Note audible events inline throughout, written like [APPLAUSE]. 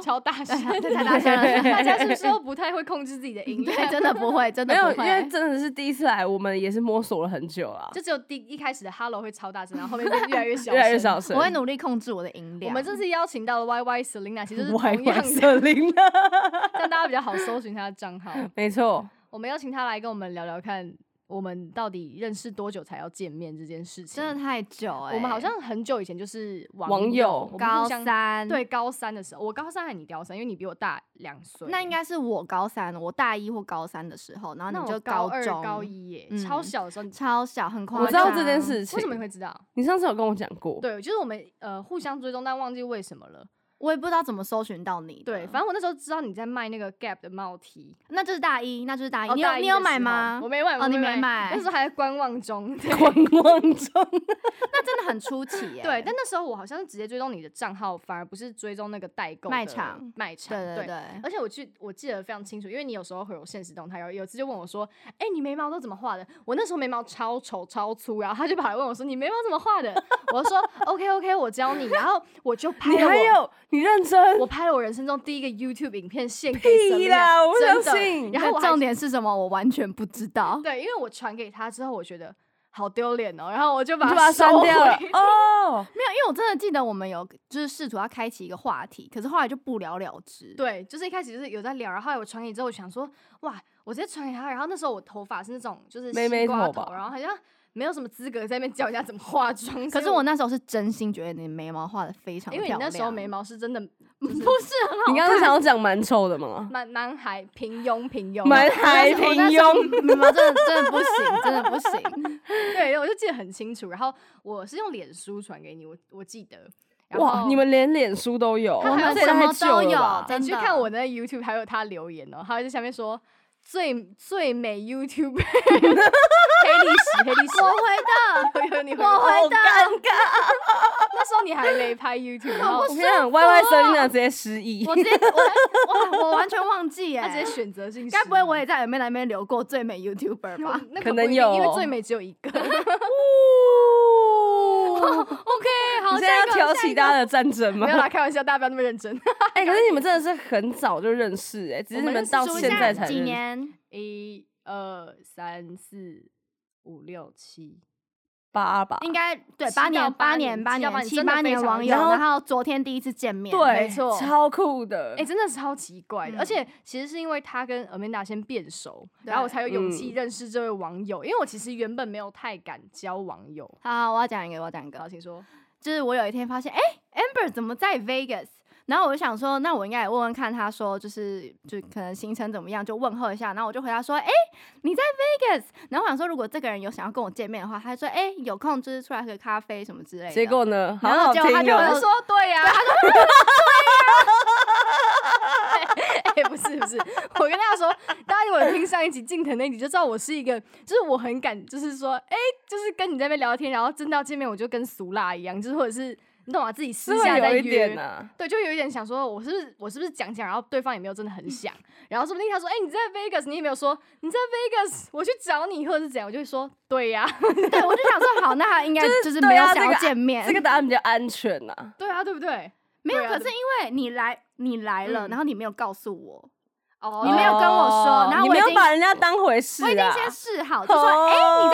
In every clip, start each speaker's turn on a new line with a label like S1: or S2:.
S1: 超大声，
S2: 这太大声了
S1: 大家是不是都不太会控制自己的音 [LAUGHS]
S2: [LAUGHS] 对，
S1: 量？
S2: 真的不会，真
S3: 没
S2: 的
S3: 有，
S2: 不
S3: 因为
S2: 会。
S3: 真的是第一次来，我们也是摸索了很久啊，
S1: 就只有第一开始的 Hello 会超大声，然后后面就越来越小，
S3: [LAUGHS] 越来越小。声。
S2: 我会努力控制我的音量。
S1: 我们这次邀请到了 YY Selina，其实是
S3: 歪 [LAUGHS]
S1: 同
S3: 歪
S1: 样的，
S3: 瑟琳娜，
S1: [LAUGHS] 让大家比较好搜寻她的账号。
S3: 没错，
S1: 我们邀请她来跟我们聊聊看，我们到底认识多久才要见面这件事情。
S2: 真的太久哎、
S1: 我们好像很久以前就是
S3: 网友
S1: 友，我们
S2: 高
S1: 互相
S2: 三，
S1: 对，高三的时候，我高三还是你高三，因为你比我大两岁，
S2: 那应该是我高三，我大一或高三的时候，然后
S1: 那
S2: 你就
S1: 我高二
S2: 中、
S1: 高一耶，
S2: 嗯
S1: 超小的时候你。
S2: 超小，很夸张。
S3: 我知道这件事情。
S1: 为什么你会知道？
S3: 你上次有跟我讲过，
S1: 对，就是我们呃互相追踪，但忘记为什么了。
S2: 我也不知道怎么搜寻到你的。
S1: 对，反正我那时候知道你在卖那个 Gap 的帽 T，
S2: 那就是大一，那就是大一。
S1: 哦
S2: 啊你有
S1: 大一
S2: 你有
S1: 的
S2: 买
S1: 时候
S2: 吗
S1: 我？没买，
S2: 哦
S1: 我
S2: 你没买
S1: 那时候还在观望
S3: [LAUGHS]
S1: 中。对
S3: 观光中，
S2: 那真的很欸
S1: [LAUGHS]
S2: 出奇耶。
S1: 对，但那时候我好像是直接追踪你的账号，反而不是追踪那个代购
S2: 卖
S1: 的
S2: 场
S1: 卖场。
S2: 对对
S1: 对
S2: 对，
S1: 而且我记我记得非常清楚，因为你有时候会有现实动态，有有一次就问我说：“哎、你眉毛都怎么画的？”我那时候眉毛超丑超粗，然后他就跑来问我说：“你眉毛怎么画的？” [LAUGHS] 我就说：“OK OK，我教你。”然后我就拍
S3: 你
S1: 了
S3: 还
S1: 我，
S3: 有你认真
S1: 我拍了我人生中第一个 YouTube 影片献给
S3: 屁
S1: Selina，
S3: 啦，我不
S1: 真
S3: 相
S1: 的
S3: 信。
S1: 然后我
S2: 那
S1: 还
S2: 重点是什么？我完全不知道。
S1: 对，因为我传给他之后，我觉得好丢脸哦，然后我就把
S3: 你就把它删
S1: 收回
S3: 掉了哦。
S2: 没有，因为我真的记得我们有就是试图要开启一个话题，可是后来就不了了之。，
S1: 对，就是一开始就是有在聊，然后后来我传给你之后，我想说，哇，我直接传给他。然后那时候我头发是那种就是
S3: 妹
S1: 西
S3: 妹
S1: 瓜
S3: 头吧
S1: 然后好像没有什么资格在那边教人家怎么化妆。所
S2: 可
S1: 以
S2: 是我那时候是真心觉得你眉毛画的非常
S1: 因
S2: 漂
S1: 为
S2: 亮，
S1: 你那时候眉毛是真的不
S2: 是很好
S3: 你刚刚想要讲蛮臭的吗？
S1: 蛮蛮还平庸平庸，
S3: 蛮还平
S2: 我那时候
S3: 庸，
S2: 眉毛真的真的不行，真的不行。
S1: [LAUGHS] 对，我就记得很清楚。然后我是用脸书传给你，我我记得。然
S3: 哇！
S1: 后
S3: 你们连脸书都有，哦
S2: 我们
S3: 这也
S2: 什么
S3: 太旧
S2: 都哦
S3: 了
S2: 有
S3: 吧
S2: 真
S1: 你去
S2: 的
S1: 看我的 YouTube，还有他留言哦，他会在下面说最最美 YouTube
S2: [LAUGHS]
S1: 黑历史黑历史，
S2: 我
S1: [LAUGHS]
S2: 回
S1: 我有你回
S2: 我
S1: 答
S2: 会
S3: 好
S2: 的
S3: 尴尬。
S1: 那时候你还没拍 YouTube，然后
S3: 我跟你讲，Y Y 森啊娜直接失忆
S1: [LAUGHS]
S2: 的，。我直接我我我完全忘记耶
S1: 他。直接选择性失忆，
S2: 该不会我也在有妹那边留过最美 YouTuber 吧
S1: 那
S3: 可
S1: 不
S3: 能
S1: 一定因为
S3: 有
S1: 最美只有
S2: [LAUGHS]
S1: 一个。
S3: 哦
S1: OK，
S3: 你现在要挑起大家的战争吗
S1: 没？有啦，开玩笑，大家不要那么认真。
S3: 哎，可是你们真的是很早就认识哎，只是
S1: 我
S3: 你
S1: 们
S3: 们
S1: 认识
S3: 到
S1: 初
S3: 现
S1: 夏
S3: 在才
S2: 几
S3: 认识。
S2: 年？
S1: [LAUGHS] 一二三四五六七，
S3: 八吧，
S2: 应该对
S1: 七
S2: 八
S1: 到
S2: 年，
S1: 八
S2: 哦八
S1: 年
S2: 年，八
S1: 七到八
S2: 年，
S1: 年
S2: 七
S1: 真的
S2: 八
S1: 非
S2: 年
S1: 常
S2: 网友，
S3: 然后
S2: 然后昨天第一次见面，
S3: 对，
S1: 没错
S3: 超酷的。
S1: 哎，真的超级怪的。
S2: 嗯
S1: 而且其实是因为他跟 Amanda 先变熟，
S2: 对
S1: 然后我才有勇气
S3: 嗯
S1: 认识这位网友。因为我其实原本没有太敢交网友。
S2: 好好，我要讲一个，我要讲一
S1: 好，
S2: 个，
S1: 请说。
S2: 就是我有一天发现，哎、a m b e r 怎么在 Vegas？然后我就想说，那我应该也问问看，他说就是就可能行程怎么样，就问候一下。然后我就回答说，哎、你在 Vegas？然后我想说，如果这个人有想要跟我见面的话，他就说，哎、有空就是出来喝咖啡什么之类的。
S3: 结果呢？好
S2: 然后
S3: 好
S2: 结
S3: 听
S2: 果他就
S1: 有
S3: 哦
S1: 人
S2: 我
S1: 说对啊呀、 [LAUGHS] 哎、不是不是，我跟大家说，大家如果有听上一集静藤那一集，就知道我是一个，就是我很敢，就是说，哎、就是跟你在那边聊天，然后真到见面，我就跟俗辣一样，就是或者是你懂吗？自己私
S3: 是
S1: 下
S3: 会
S1: 在
S3: 有一
S1: 约，
S3: 点啊呐。
S1: 对，就有一点想说，我是不是我是不是讲讲，然后对方也没有真的
S3: 嗯
S1: 很想，然后说不定他说，哎、你在 Vegas，你也没有说你在 Vegas，我去找你，或者是怎样，我就会说，对
S3: [LAUGHS]
S1: 呀、
S2: 对，我就想说，好，那他应该
S3: 就是
S2: 就是
S3: 对
S2: 没有
S3: 啊
S2: 想
S3: 这
S2: 要
S3: 个
S2: 见面。
S3: 这个答案比较安全
S1: [LAUGHS]
S3: 呐。
S1: 对啊，对不对？
S2: 没有，
S1: 对啊
S2: 可是因为你来你来了，
S1: 嗯
S2: 然后你没有告诉我，
S1: 哦
S2: 你没有跟我说
S3: 哦
S2: 然后
S3: 你
S2: 我
S3: 没
S2: 已
S3: 有
S2: 经
S3: 把人家当回事
S2: 我已经
S3: 啊。
S2: 先试好，就说
S3: 哦
S2: 哎、你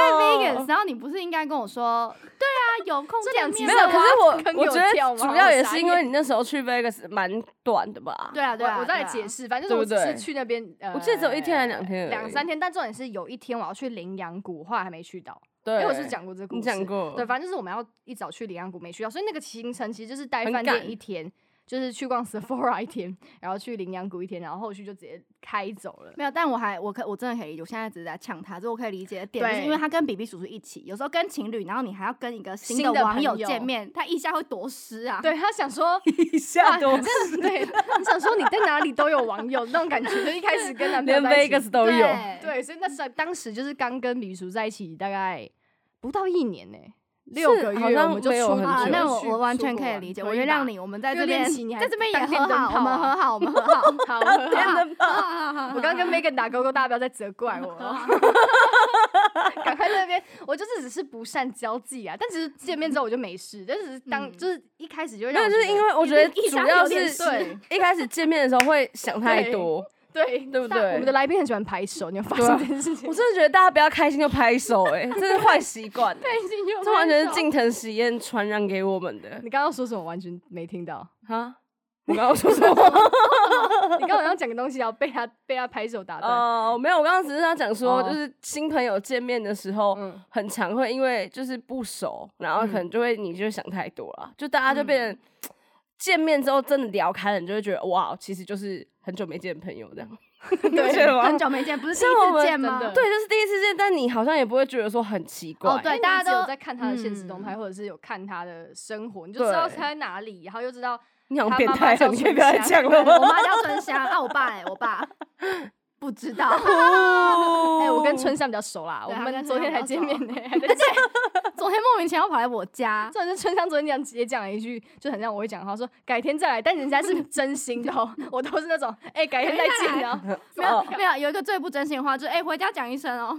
S2: 在 Vegas，然后你不是应该跟我说，对啊，有空
S1: 这
S2: 见
S1: 两集
S2: 面
S3: 没有，
S2: 吗
S3: 可是
S1: 坑
S3: 我我
S1: 有
S3: 觉得
S1: 跳吗
S3: 主要也
S1: 我傻
S3: 是
S1: 眼
S3: 因为你那时候去 Vegas 蛮短的吧？
S2: 对啊对啊，
S1: 我我再来
S2: 对啊
S1: 解。释，反正
S3: 对
S1: 就
S3: 不
S1: 是我只
S3: 对
S1: 是去那边，呃，
S3: 我记得只有一天还是两天而已
S1: 两三天，但重点是有一天我要去羚羊谷，后来还没去到，因
S3: 对，
S1: 哎为我是讲过这个故
S3: 你
S1: 事，
S3: 讲过，
S1: 对，反正就是我们要一早去羚羊谷，没去到，所以那个行程其实就是待
S3: 很
S1: 饭
S3: 赶
S1: 店一天，就是去逛 Sephora 一天，然后去羚羊谷一天，然后后续就直接开走了。
S2: 没有，但我还我可我真的可以理解，我现在只是在呛他，这我可以理解的点，
S1: 对
S2: 就是因为他跟比比叔叔一起，有时候跟情侣，然后你还要跟一个新
S1: 新
S2: 的
S1: 的
S2: 网友
S1: 朋友
S2: 见面，他一下会多湿啊。，
S1: 对他
S3: [LAUGHS]
S1: 想说，
S3: 一下
S1: 哇
S3: 多
S1: 你真的对，你想说你在哪里都有网友那种感觉，就一开始跟男朋友
S3: 连
S1: 在一起
S3: Vegas 都有，
S2: 对
S1: 对，所以那时候当时就是刚跟李叔在一起，大概不到一年呢、六个
S3: 好
S1: 月
S3: 像
S1: 我们就
S3: 没有
S1: 出
S3: 很
S1: 去
S2: 啊
S3: 久，
S2: 那
S1: 了
S2: 我
S1: 去
S2: 我完
S1: 出
S2: 全
S1: 国
S2: 可以
S1: 玩
S2: 理解，
S1: 可
S2: 我
S1: 以
S2: 觉得
S1: 吧 [LAUGHS]
S2: 让你我们在
S1: 热
S2: 这
S1: 恋
S2: 边
S1: 期你还
S2: 在这边也
S1: 当
S2: 和
S1: 电灯
S2: 好，我
S1: 泡
S2: 们
S1: 啊
S2: 和好，我们和好，
S1: 好，我们
S2: 好
S1: 好
S3: 电灯泡
S2: 好好好好
S1: 我刚跟 Megan 打勾勾，大家不要再责怪我了。 [LAUGHS] 赶快那边，我就是只是不善交际啊，但其实见面之后我就没事，但只是当、
S2: 嗯
S1: 就是 [LAUGHS] 一开
S2: [LAUGHS]
S1: 始就会
S3: 没
S1: 让我
S3: 有，就是
S1: 觉
S3: 因为我觉得
S2: 一定
S3: 主
S2: 一
S3: 要
S2: 定有点
S3: 是
S1: 事
S3: 一开始见面的时候会想太
S1: 对
S3: 多，
S1: 对
S3: 对不
S1: 大
S3: 对
S1: 我们的来宾很喜欢拍手，你有发
S3: 对啊
S1: 现这件事情？
S3: 我真的觉得大家不要开心就拍手、哎，真是坏习惯、哎
S1: 开心就
S3: 这完全是
S1: 进。
S3: 近藤实验传染给我
S2: [LAUGHS]
S3: 们 [LAUGHS] 的
S1: 你刚刚说什么？完全没听 [LAUGHS] 到。
S3: 哈，我刚刚说什
S2: [LAUGHS]
S3: 么？
S1: 你刚刚好像讲个东西，然后被他被他拍手打断。
S3: [LAUGHS] 哦，没有，我刚刚只是要讲说，
S1: 哦
S3: 就是新朋友见面的时候，
S1: 嗯
S3: 很常会因为就是不熟，然后
S2: 嗯
S3: 可能就会你就想太多了，就大家就变成。见面之后真的聊开了，你就会觉得哇，其实就是很久没见的朋友这样。
S1: 对
S3: 觉得吗
S2: 很久没见，不是第
S3: 像我
S2: 一次
S3: 们
S2: 见吗？
S1: 真的
S3: 对，就是第一次见，但你好像也不会觉得说很奇怪。
S2: 嗯哦对
S1: 因为你
S2: 大
S1: 只
S2: 家
S1: 有
S2: 都
S1: 在看他的现实动态，或者是有看他的生活，你就知道
S3: 对哦
S1: 他在哪里，然后又知道
S3: 你好像
S1: 他
S3: 变
S1: 妈妈
S3: 态
S1: 叫
S3: 了，你可以
S1: 春
S3: 不要再
S1: 香
S3: 讲
S1: [LAUGHS]
S3: 了
S2: 我
S3: [LAUGHS] 吗？
S2: 妈 [LAUGHS] 叫春香啊，我爸哎、我爸不
S1: [LAUGHS]
S2: 知道，
S1: 哎、
S3: 哎
S1: 我跟春香比较熟啦，我
S2: 对他
S1: 们
S2: 跟
S1: 昨
S2: 春
S1: 天还
S2: 香比较
S1: 见
S2: 熟
S1: 面呢、还 [LAUGHS] 在见
S2: 昨天莫名其妙跑来我家，
S1: 重点是春香昨天讲也讲了一句，就很像我会讲的话，说改天再来，但人家是真心的、哦，我都是那种哎、改天再见哦，
S2: 没有没有有一个最不真心的话，就是哎、回家讲一
S1: [LAUGHS]
S2: 声哦，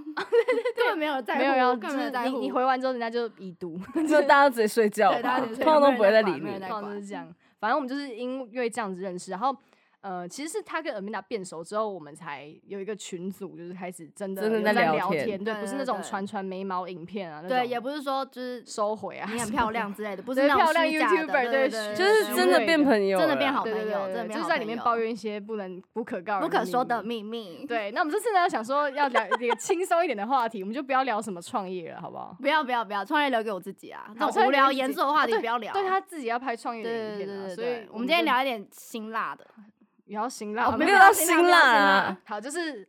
S2: 根本没有人在乎，
S1: 没有要就
S2: 根本没
S1: 是
S2: 有在
S1: 你
S2: 乎，
S1: 你回完之后，人家就已读，
S3: 就大家直接睡觉
S2: 对大家
S3: 吧，
S2: 直接
S3: 通
S2: 睡
S3: 常
S2: 觉
S3: 都不会再理
S2: 没有
S3: 你
S2: 人。在
S1: 通
S2: 管
S1: 常都是这样。反正我们就是因为这样子认识，然后呃，其实是他跟 Amanda 变熟之后，我们才有一个群组，就是开始真的
S3: 真的
S1: 有
S3: 在
S1: 在
S3: 聊
S1: 天，
S3: 天
S1: 对，
S2: 对
S1: 不是
S2: 对
S1: 那种
S2: 对
S1: 传传眉毛影片啊，那
S2: 对，
S1: 种
S2: 也不是说就是
S1: 收回啊，
S2: 你很漂亮之类的，不是
S1: 对
S2: 那种
S1: 漂亮
S2: 虚假的
S1: YouTuber，对
S2: 对对，对
S3: 就是真嗯的变朋友了，
S2: 真的变好
S1: 对对
S2: 朋
S1: 对
S2: 友，
S1: 对
S2: 真的变
S1: 就是
S2: 好
S1: 在
S2: 朋
S1: 里面
S2: 友
S1: 抱怨一些不能不可告人
S2: 不可
S1: 秘
S2: 说
S1: 密
S2: 的秘密，
S1: 对，那我们这次呢，想说要聊
S2: [LAUGHS]
S1: 一个轻松一点的话题，我们就不要聊什么创业了，好不好？
S2: 不要不要不要，创业留给我自己啊！
S1: 好创
S2: 这种
S1: 业
S2: 无
S1: 留
S2: 聊
S1: 给自
S2: 严
S1: 己
S2: 肃的话题
S1: 对
S2: 不要聊。
S1: 对他自己要拍创业
S2: 对
S1: 的
S2: 对
S1: 影
S2: 对
S1: 片啊，
S2: 对对，
S1: 所以
S2: 我们今天
S1: 就
S2: 聊一点辛辣的，
S1: 也要辛辣，
S2: 哦
S3: 没
S2: 没
S3: 有
S2: 有
S3: 到
S2: 辛
S3: 辛
S2: 辣没
S3: 辣
S2: 有辛
S3: 啊
S2: 辣。
S1: 好，就是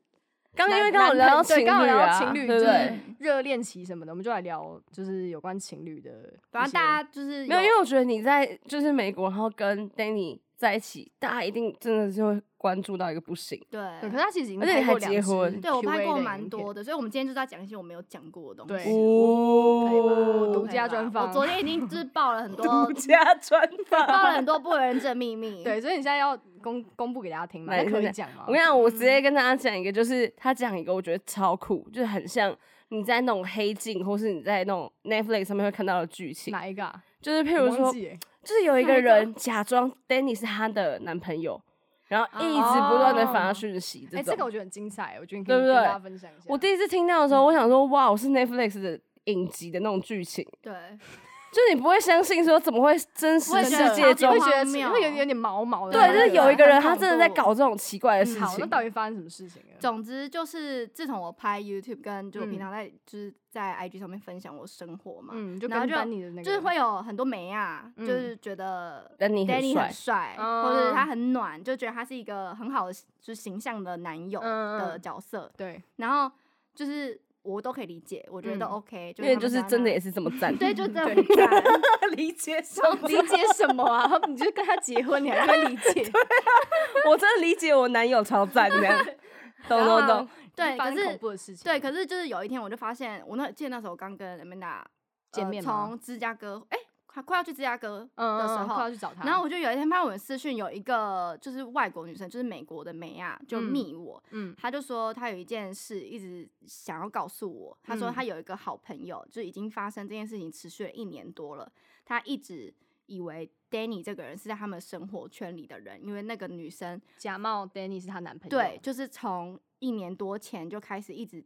S3: 刚刚因为
S1: 男
S3: 刚好
S1: 男
S3: 聊
S1: 朋
S3: 到
S1: 对
S3: 情侣
S1: 刚好聊到
S3: 啊，
S1: 情侣，
S3: [LAUGHS] 对不
S1: 就是
S3: 对？
S1: 热恋期什么的，我们就来聊，就是有关情侣的。
S2: 反正大家就是
S3: 没有，因为我觉得你在就是美国，然后跟 Danny 在一起，大家一定真的是会关注到一个不行。
S1: 对，可
S2: 对
S1: 是他其实已经
S3: 而且
S1: 拍
S3: 你
S1: 过
S3: 还
S1: 两
S3: 结
S1: 支
S3: 婚
S2: 嗯对我拍
S1: Q&A
S2: 过
S1: 的
S2: 蛮
S1: 影片
S2: 多的，所以我们今天就是要讲一些我没有讲过的东
S1: 对
S2: 西。
S1: 哦
S3: 哦
S1: 独家专访
S2: 我昨天已经就是爆了很多，
S3: 独家专
S2: 爆了
S3: 访。
S2: 很多不为人知的秘密。
S1: 对，所以你现在要公公布给大家听嘛？
S3: 来
S1: 那可
S3: 现
S1: 以
S3: 在
S1: 讲吗？
S3: [LAUGHS] 我跟你讲，我直接跟大家讲一个，就是他讲一个我觉得超酷，就是很像你在那种黑镜，或是你在那种 Netflix 上面会看到的剧情，
S1: 哪一个啊？
S3: 就是譬
S1: 比
S3: 如说，就是有一
S2: 哪
S3: 个
S2: 一个
S3: 人假装 Danny 是她的男朋友，然后一直不断的发讯息这
S1: 哦哎，
S3: 种。
S1: 这个我觉得很精彩，我觉得你可
S3: 对
S1: 以
S3: 不
S1: 跟大
S3: 对
S1: 家分享一下。
S3: 我第一次听到的时候，我想说，哇，我是 Netflix 的影集的那种剧情，
S2: 对，
S3: 就你不会相信说怎么会真实
S2: 我也觉得
S3: 世界
S1: 你
S2: 超
S3: 中
S1: 会
S2: 级，
S1: 觉得
S2: 荒
S1: 是
S2: 谬
S1: 会有有点毛毛的。
S3: 对，
S2: 荒
S3: 就
S2: 谬
S3: 是有一个人
S2: 很
S3: 他
S2: 恐
S3: 真的在
S2: 怖
S3: 搞这种奇怪的事
S1: 嗯好，那
S3: 情。
S1: 到底发生什么事情了？
S2: 总之就是自从我拍 YouTube 跟就我
S1: 嗯
S2: 平常在就是在 IG 上面分享我生活嘛，
S1: 嗯，就
S2: 然后
S1: 跟
S2: 就
S1: 班你的那个，
S2: 就是会有很多美啊，就
S1: 嗯
S2: 是觉得
S3: Danny 很
S2: Danny
S3: 帅
S2: 很帅，
S1: 嗯
S2: 或者是他很暖，就觉得他是一个很好的就是形象的男友
S1: 嗯嗯
S2: 的角色。
S1: 对， [LAUGHS]
S2: 然后就是我都可以理解，我觉得都
S1: 嗯
S2: OK，、
S3: 因为
S2: 他
S3: 就是
S2: 们
S3: 真的
S2: 想
S3: 也是这么
S1: [LAUGHS]
S3: 赞
S2: 要，对，就这
S1: 对
S2: 很赞。
S1: [LAUGHS]
S3: 理解上， [LAUGHS]
S1: 理解什么啊？ [LAUGHS] 你就跟他结婚，你还会理解？
S3: 我真的理解我男友超赞
S1: [LAUGHS]
S3: 的，懂懂懂，
S2: 对，
S1: 发
S2: 可
S1: 生恐
S2: 是
S1: 怖的事情，
S2: 对，可是就是有一天我就发现，我那记得那时候我刚跟 Amanda
S1: 见
S2: 呃
S1: 面吗
S2: 从芝加哥，哎、快快要去芝加哥
S1: 嗯
S2: 的时
S1: 嗯嗯快
S2: 候。
S1: 要去找他，
S2: 然后我就有一天发现我的私讯有一个就是外国女生，就是美国的美亚，就
S1: 嗯
S2: 密我，
S1: 嗯
S2: 他就说他有一件事一直想要告诉我，他说
S1: 嗯
S2: 他有一个好朋友，就已经发生这件事情持续了一年多了，他一直以为 Danny 这个人是在他们生活圈里的人，因为那个女生
S1: 假冒 Danny 是她男朋友，
S2: 对，就是从一年多前就开始一直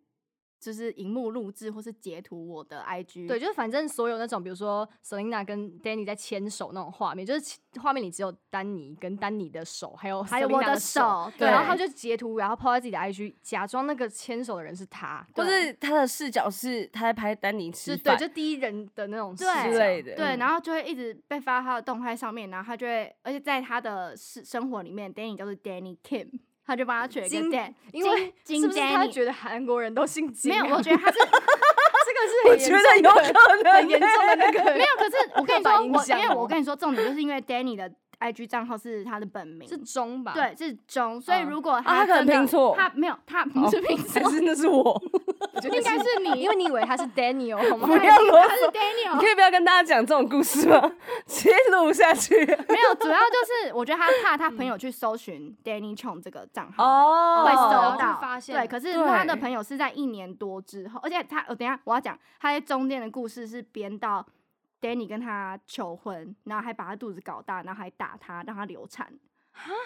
S2: 就是荧幕录制或是截图我的 IG，
S1: 对，就是反正所有那种，比如说 Selina 跟 Danny 在牵手那种画面，就是其画面里只有丹尼跟丹尼的手，还有
S2: 还有
S1: Selina
S2: 我
S1: 的
S2: 的手，
S1: 对，然后
S3: 对
S1: 他就截图，然后抛在自己的 IG，假装那个牵手的人是他，
S3: 或
S1: 对
S3: 是他的视角是他在拍丹尼吃
S1: 就对，
S3: 饭
S1: 就第一人的那种视
S2: 对
S1: 角
S3: 之类的，
S2: 对，然
S1: 嗯
S2: 后就会一直被发到他的动态上面，然后他就会，而且在他的生生活里面，Danny 叫做 Danny Kim，他就帮他取了一个
S1: 金
S2: Dan，
S1: 因为
S2: 金
S1: 是不是他
S2: Danny
S1: 觉得韩国人都姓金
S2: 没
S1: 啊？
S2: 有，我觉得他是
S1: 这个
S3: 我
S1: 是
S3: 觉
S1: 很严
S3: 得
S1: 重
S3: 有
S1: 的
S3: 可能欸
S1: 很严重的那个，
S2: 没有。可
S1: [LAUGHS]
S2: 是我跟
S1: 刻
S2: 你
S1: 板
S2: 说，
S1: 印
S2: 我
S1: 象
S2: 因为
S1: 哦
S2: 我跟你说，重点就是因为 Danny 的 IG 账号是他的本名，
S1: 是中吧？
S2: 对，是中，所以
S1: 嗯
S2: 如果
S3: 他可
S2: 真
S3: 能
S2: 的
S3: 拼错
S2: 他没有，他
S3: 哦
S2: 不是拼错
S3: 还，是那是我， [LAUGHS]
S1: 应该是你，因为你以为他是哦 Daniel 好吗？
S3: 不要啰嗦
S1: 他是
S2: 哦
S3: 你
S1: Daniel，
S3: 可以不要跟大家讲这种故事吗？ [LAUGHS] 直接录不下去。
S2: 没有，主要就是
S1: [LAUGHS]
S2: 我觉得他怕他
S1: 嗯
S2: 朋友去搜寻 Danny Chong 这个账号。
S3: 哦
S2: 会搜
S1: 然后
S2: 到，
S1: 就发现
S2: 对，可是他的
S3: 对
S2: 朋友是在一年多之后，而且他，我等一下我要讲，他在中间的故事是编到 Danny 跟他求婚，然后还把他肚子搞大，然后还打他，让他流产，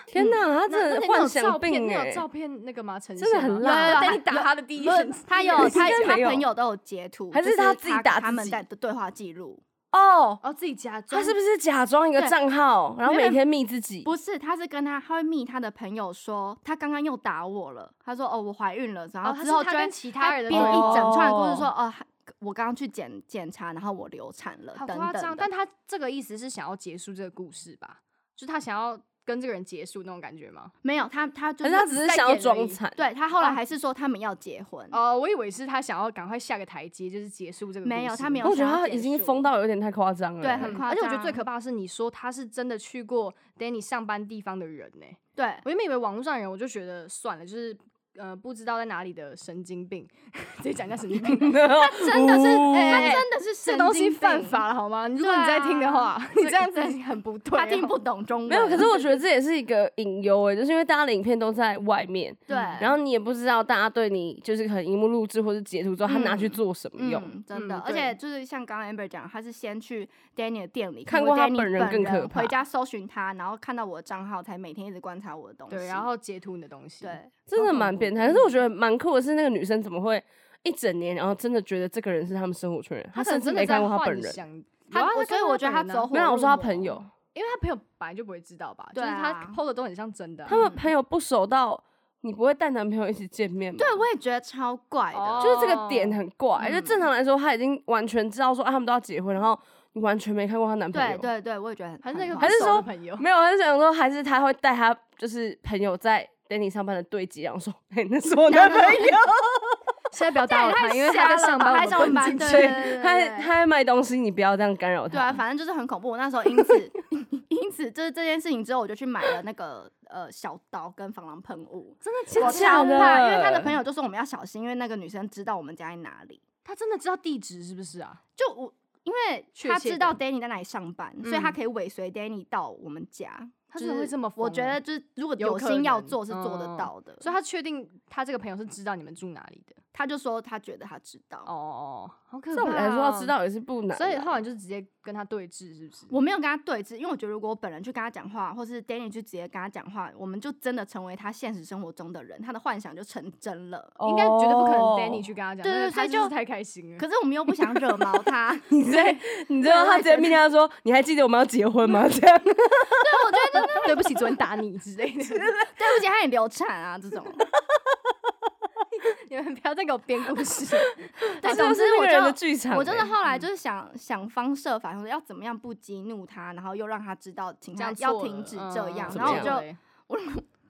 S3: 天哪，他
S1: 那
S3: 真
S1: 那
S3: 的
S1: 你有
S3: 幻
S1: 照
S3: 想
S1: 片，
S3: 病
S1: 你
S3: 哎
S1: 有！照片那个吗？呈现
S3: 真的很
S1: 吗
S3: 辣
S2: 有有有
S1: 但你打他的第一声，
S2: 他有
S1: [LAUGHS]
S2: 他
S3: 应该
S2: 他
S3: 没有
S2: 朋友都有截图，
S3: 还是
S2: 就
S3: 他
S2: 他
S3: 自己打
S2: 他
S3: 自
S2: 们
S3: 己
S2: 在的对话记录？
S3: 哦，
S1: 哦自己假装，
S3: 他是不是假装一个
S2: 对
S3: 账号，然后
S2: 没有
S3: 每天密自己？
S2: 不是，他是跟他他会密他的朋友说，他刚刚又打我了。他说哦，我怀孕了，然
S1: 哦
S2: 后
S1: 他
S2: 之
S1: 是
S2: 后
S1: 他
S2: 就会
S1: 跟其他人的
S2: 编
S3: 朋
S2: 一
S3: 友
S2: 整串的故事说哦，还我刚刚去检检查，然后我流产了，
S1: 好
S2: 等
S1: 夸张？
S2: 等
S1: 但
S2: 的。
S1: 他这个意思是想要结束这个故事吧？就是他想要跟这个人结束那种感觉吗？
S2: 没有，他他就
S3: 可是他只是想要装惨，
S2: 对他后来
S1: 哦
S2: 还是说他们要结婚，
S1: 哦，我以为是他想要赶快下个台阶，就是结束这个故事。
S2: 没有他没有
S3: 我觉得他
S2: 想要
S3: 已经
S2: 结束
S3: 疯到有点太夸张了。，
S2: 对
S1: 嗯
S2: 很夸
S1: 而且我觉得最
S2: 张
S1: 可怕的是，你说他是真的去过 Danny 上班地方的人呢、
S2: 对，
S1: 我原本以为网络上的人，我就觉得算了，就是呃不知道在哪里的神经病， [LAUGHS] 直接讲一下神经病真
S3: 真
S1: 的
S3: [LAUGHS]
S1: 是哎
S2: 他真的是
S1: 这
S2: 神
S1: 东西
S2: 经
S1: 犯
S2: 病，啊
S1: 法了好吗？你如果你在听的话， [LAUGHS] 你这样子很不对哦，
S2: 他听
S1: [LAUGHS]
S2: 不懂中文，
S3: 没有，可是我觉得这也是一个隐忧哎，就是因为大家的影片都在外面，
S2: 对，
S3: 然后你也不知道大家对你就是可能荧幕录制或是截图之后，他拿去
S2: 嗯
S3: 做什么用。
S2: 嗯、真的，
S1: 嗯
S2: 而
S1: 对
S2: 且就是像刚刚 Amber 讲，他是先去 Daniel 的店里
S3: 看
S2: 过
S3: 过他
S2: Daniel
S3: 本
S2: 人
S3: 人更可怕
S2: 回家搜寻他，然后看到我的账号，才每天一直观察我的东西。
S1: 对，然后截图你的东西，
S2: 对，
S3: 真的
S1: 超恐
S3: 蛮
S1: 怖
S3: 变态。可是我觉得蛮酷的是，那个女生怎么会一整年，然后真的觉得这个人是他们生活圈人，她
S1: 他可
S3: 甚
S1: 能
S3: 至
S1: 真
S3: 没
S1: 的
S3: 看
S1: 在
S3: 过她本
S1: 幻
S3: 人。
S1: 想。
S2: 他
S1: 有啊
S2: 我所以
S1: 看过
S2: 我觉得
S1: 本
S2: 他
S1: 人啊
S2: 走火
S3: 没有，我
S2: 入
S3: 说她
S2: 魔
S3: 朋友，
S1: 因为他朋友本来就不会知道吧，
S2: 对
S1: 就是他
S2: 啊
S1: PO 的都很像真的啊、
S3: 他们朋友不熟到你不会带男朋友一起见面吗？
S2: 对我也觉得超怪的，
S1: 哦
S3: 就是这个点很怪。
S2: 嗯
S3: 就正常来说，她已经完全知道说啊，他们都要结婚，然后你完全没看过她男朋友。
S2: 对对对，我也觉得很
S1: 还是那个
S2: 很
S3: 还是
S1: 不熟
S3: 说
S1: 的朋友，
S3: 没有，我是想说，还是他会带他就是朋友在 Danny 上班的对接，然后说，哎、那是我男朋友，
S1: 现 [LAUGHS] 在不要打扰他，因为他在上班，
S2: 他
S1: 我
S2: 在
S1: 们不能
S2: 上班，
S1: 进
S2: 对
S1: 去
S3: 所以
S2: 对对对
S3: 他
S2: 对
S3: 在他在卖东西，你不要这样干扰
S2: 对啊，
S3: 他。
S2: 反正就是很恐怖。我那时候因此 [LAUGHS] 因此就是这件事情之后，我就去买了那个呃小刀跟防狼喷雾。
S1: 真的
S3: 我
S1: 假
S2: 我
S1: 的？
S2: 超
S3: 假的
S2: 怕，因为他的朋友就说我们要小心，因为那个女生知道我们家在哪里。
S1: 他真的知道地址是不是啊？
S2: 就我，因为
S1: 确
S2: 他
S1: 切
S2: 知道
S1: 的
S2: Danny 在哪里上班，所以他
S1: 嗯
S2: 可以尾随 Danny 到我们家。
S1: 他
S2: 就
S1: 真的会
S2: 是
S1: 这么
S2: 我
S1: 疯
S2: 觉
S1: 哦
S2: 得就是如果
S1: 有
S2: 有
S1: 可
S2: 心要
S1: 能
S2: 做是做得
S1: 嗯
S2: 到的，
S1: 所
S2: 所
S1: 以
S2: 以
S1: 他确定他这个朋友是知道你们住哪里的。
S2: 他就说他觉得他知道。
S1: 哦哦，哦，好可怕、
S3: 这我
S1: 哦。
S3: 们来说，要知，道也是不难啊。
S1: 所以后来就直接跟他对峙，是不是？
S2: 我没有跟他对峙，因为我觉得如果我本人去跟他讲话，或是 Danny 去直接跟他讲话，我们就真的成为他现实生活中的人，他的幻想就成真了。
S1: 应该绝对不可能
S3: 哦
S1: Danny 去跟他讲，
S2: 对
S1: 那
S2: 对
S1: 个
S2: 所以
S1: 他真是
S2: 就
S1: 太开心了。
S2: 可是我们又不想惹毛他，
S3: [LAUGHS] 你在，你知道他直接命令他说：“你还记得我们要结婚吗？” [LAUGHS] 这样，
S1: 对不起，昨天打你之类 [LAUGHS] 的，
S2: 对不起，他也流产啊这
S3: [LAUGHS]
S2: 种。
S1: 你们不要再给我编故
S2: [LAUGHS]
S1: 事。
S2: 对，
S3: 这
S2: 总
S3: 就
S2: 之
S3: 是那
S2: 我
S3: 个
S2: 就
S3: 人的剧场欸。
S2: 我真的后来就是想想方设法，想说要怎么样不激怒他，然后又让他知道，请
S1: 这
S2: 他
S1: 样
S2: 要
S1: 错
S2: 停
S1: 了
S2: 止
S1: 嗯
S2: 这样。
S1: 怎么
S2: 然后我
S1: 样
S2: 就
S1: 嘞
S2: 我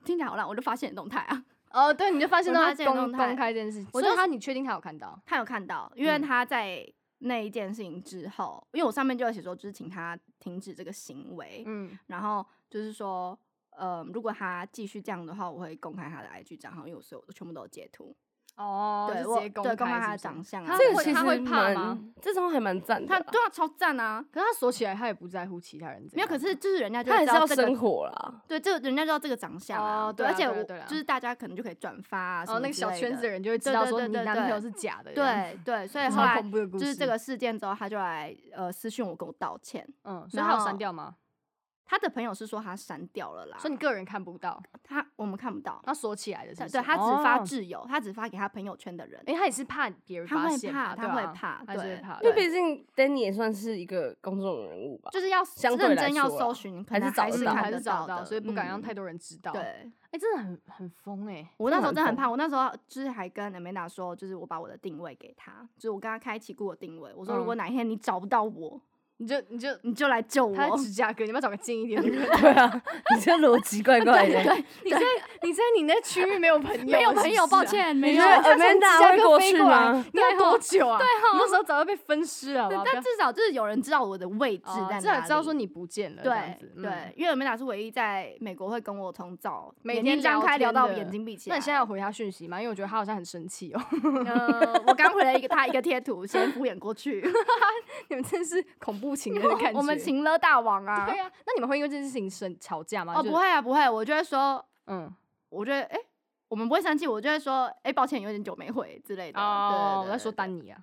S2: 听起来好烂，我就发现动态啊，
S1: 哦，对，你就发现到
S2: 我
S1: 他
S2: 发现动
S1: 公
S2: 态
S1: 公开这件事情，
S2: 我
S1: 所
S2: 就
S1: 以他你确定他有看到？
S2: 他有看到，因为
S1: 嗯
S2: 他在那一件事情之后，因为我上面就有写说，就是请他停止这个行为，
S1: 嗯，
S2: 然后就是说。呃，如果他继续这样的话，我会公开他的 IG 账号，因为我所有我全部都有截图。
S1: 哦，
S2: 对
S1: 就
S2: 我
S1: 直接
S2: 对公
S1: 公
S2: 开他
S1: 他
S2: 的长相啊
S1: 他
S3: 这个
S1: 会
S3: 其实
S1: 他会怕吗？
S3: 蛮？这种还蛮赞的
S2: 他
S3: 啦。
S2: 对啊，超赞啊！
S1: 可是他锁起来，他也不在乎其他人怎样。啊
S2: 没有，可是就是人家就会
S3: 他还
S2: 知
S3: 是
S2: 道
S3: 要
S2: 这个
S3: 生活啦。
S2: 对，这个人家知道这个长相啊，
S1: 哦对
S2: 对，
S1: 啊
S2: 而且
S1: 对啊
S2: 我
S1: 对啊
S2: 就是大家可能就可以转发啊，什
S1: 哦，
S2: 么
S1: 那个
S2: 之
S1: 小
S2: 类
S1: 圈
S2: 的
S1: 子的人就会知
S2: 对
S1: 道
S2: 对
S1: 说
S2: 对
S1: 你
S2: 对
S1: 男朋
S2: 对
S1: 友是假的，，
S2: 对对，所以后
S1: 超
S2: 来
S1: 恐怖的故
S2: 就
S1: 事。
S2: 是这个，事件之后，他就来呃私讯我跟我道歉，
S1: 嗯，所以
S2: 然
S1: 他有
S2: 后啊
S1: 删掉吗？
S2: 他的朋友是说他删掉了啦，
S1: 所以你个人看不到，
S2: 他我们看不到，
S1: 他锁起来的是
S2: 对
S1: 不是，
S2: 对他只发
S1: 哦
S2: 挚友，他只发给他朋友圈的人，
S1: 因为他也是怕别人
S2: 他
S1: 发
S2: 会
S1: 现
S2: 怕
S1: 嘛，
S2: 他
S1: 对
S2: 会
S1: 啊
S2: 怕
S1: 他是会
S2: 对
S1: 怕
S3: 因
S1: 的，
S3: 为毕竟 Danny 也算是一个公众人物
S2: [LAUGHS]
S3: 吧。
S2: 就是要
S3: 相对
S2: 认
S3: 来
S2: 真要
S3: 说啦
S2: 搜寻，可
S3: 还是
S2: 能
S3: 找
S2: 还
S3: 得
S2: 是
S3: 到
S2: 看
S1: 还
S2: 得
S1: 是找
S2: 的
S1: 到，所以不敢让
S2: 嗯
S1: 太多人知道。，
S2: 对。
S1: 哎，真的很很疯哎，
S2: 我那时候真的很
S3: 很
S2: 怕，我那时候就是还跟 Amanda 说，就是我把我的定位给他，就是我跟他开启过我定位，我说如果
S1: 嗯
S2: 哪一天你找不到我，
S1: 你就你就
S2: 你就来救我。
S1: 他在芝加哥，你要不要找个近一点
S2: [LAUGHS]
S1: 的人。
S3: 对啊，你这逻辑怪怪 [LAUGHS] 的。
S1: 你在你在你那区域没有朋友，
S2: 没有朋友，抱。歉，没有
S3: 觉。得
S1: 他从芝
S3: Amanda
S1: 加
S3: 会过
S1: 哥飞
S3: 去
S1: 过来
S3: 吗？，
S1: 你要多久
S2: [LAUGHS]
S1: 啊？对
S2: 哦
S1: 那时候早就被分尸啊了，好不好？
S2: 但至少就是有人知道我的位置
S1: 哦
S2: 在
S1: 至少
S2: 哪里，
S1: 知道说你不见了，这样
S2: 对
S1: 子嗯
S2: 对，。因为美达是唯一在美国会跟我同照，
S1: 每
S2: 眼
S1: 天
S2: 睛张
S1: 聊
S2: 开聊
S1: 天
S2: 到
S1: 的
S2: 眼睛闭起来。
S1: 那你现
S2: [LAUGHS]
S1: 在有回他讯息吗？因为我觉得他好像很生气哦。 [LAUGHS]
S2: 呃，我刚回了一个他一个贴图，先敷衍过 [LAUGHS] 去。
S1: 你们真是恐怖情人的感觉。
S2: 我们情勒大王啊！
S1: 对啊，那你们会因为这件事情生吵架吗？
S2: 哦，
S1: 就
S2: 不，会啊，不会，我就会说，
S1: 嗯，
S2: 我觉得哎，我们不会生气，我就会说，哎，抱歉，有点久没回之类的。
S1: 哦，
S2: 对
S1: 我在说，丹尼啊，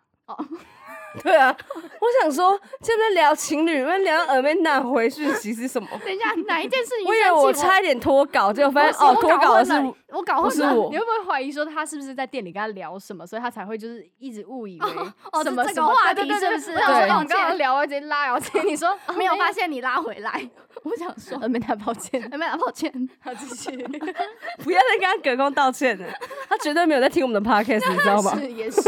S3: [LAUGHS] 对啊，我想说，现在聊情侣，那聊 Amanda 回讯息是什么？
S2: 对对对等一下，哪一件事情
S3: 我以为
S2: 生气？
S3: 我差一点脱稿，结果发现
S2: 是
S3: 哦，
S2: 我
S3: 脱
S2: 搞
S3: 稿的
S2: 混
S3: 是
S2: 了，我搞
S3: 不
S2: 混
S3: 是
S2: 了。
S3: 我
S1: 你？会不会怀疑说他是不是在店里跟他聊什么，所以他才会就是一直误以为
S2: 哦
S1: 什
S2: 是
S1: 么
S2: 这
S1: 什
S2: 个
S1: 么
S2: 话
S1: 对
S2: 题
S1: 对
S2: 是
S1: 对
S2: 不
S1: 对
S2: 是
S1: 对我说
S3: 对
S1: 哦，你刚刚聊完直接拉，然后直接你 [LAUGHS] 说呃
S2: 没有发现你拉回来，我想说，
S1: 没太抱歉，
S2: 哎，没有，抱歉，
S1: 好继续， [LAUGHS]
S3: 不要再跟他隔空道歉了，他绝对没有在听我们的 podcast，你知
S1: [LAUGHS]
S3: 道吗？
S1: 是也是。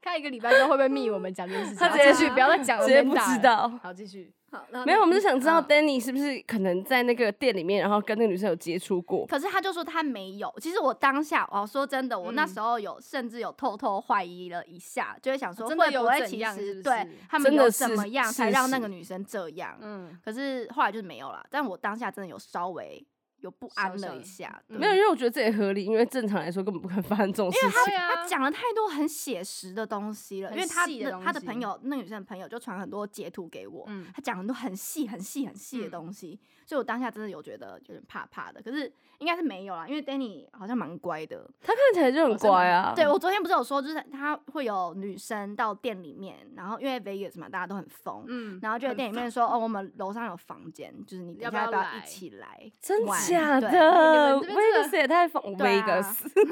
S1: 看一个礼拜之后会不会密我们讲这件事情？
S3: 他
S1: 好
S3: 直接
S1: 继续不要再讲了，
S3: 直接
S1: 没
S3: 不
S1: 打
S3: 知
S1: 了。
S3: 道。
S1: 好，继续。
S2: 好，然后
S3: 没有，
S2: 你
S3: 我们是想知道
S2: 嗯
S3: Danny 是不是可能在那个店里面，然后跟那个女生有接触过？
S2: 可是他就说他没有。其实我当下，我说真的，我那
S1: 嗯
S2: 时候有、甚至有偷偷怀疑了一下，就会想说
S1: 啊真的
S2: 会不
S1: 有
S2: 会
S1: 怎
S2: 其
S1: 样
S2: 实
S1: 是不
S2: 对
S1: 是
S2: 他们
S3: 真的
S2: 有怎
S3: 是
S2: 么样
S3: 事
S2: 才让那个
S3: 实
S2: 女生这样。
S1: 嗯，
S2: 可是后来就是没有了。但我当下真的有稍微有不安
S1: 小小
S2: 了
S1: 的
S2: 一下，
S1: 嗯
S3: 没有，因为我觉得这也合理，因为正常来说根本不可能发生这种事情。
S1: 对啊
S2: 他讲了太多很写实的东西了，因
S1: 很
S2: 为他
S1: 细的
S2: 的
S1: 东
S2: 他的
S1: 西
S2: 朋友，那个女生的朋友就传很多截图给我，
S1: 嗯
S2: 他讲很多很细、很细、很细的
S1: 嗯
S2: 东西，所以我当下真的有觉得有点怕怕的。可是应该是没有啦，因为 Danny 好像蛮乖的，
S3: 他看起来就很乖啊，
S2: 对我昨天不是有说，就是他会有女生到店里面，然后因为 Vegas 嘛，大家都很疯，
S1: 嗯
S2: 然后就在店里面说，哦，我们楼上有房间，就是你等
S1: 要
S2: 一
S1: 不要
S2: 下要不要
S1: 来
S2: 一起
S1: [LAUGHS]
S2: 来？
S3: 真
S2: 玩
S3: 假
S2: 对
S3: 的
S1: 你们这边真
S3: ？Vegas 也太疯
S2: 对啊
S3: ，Vegas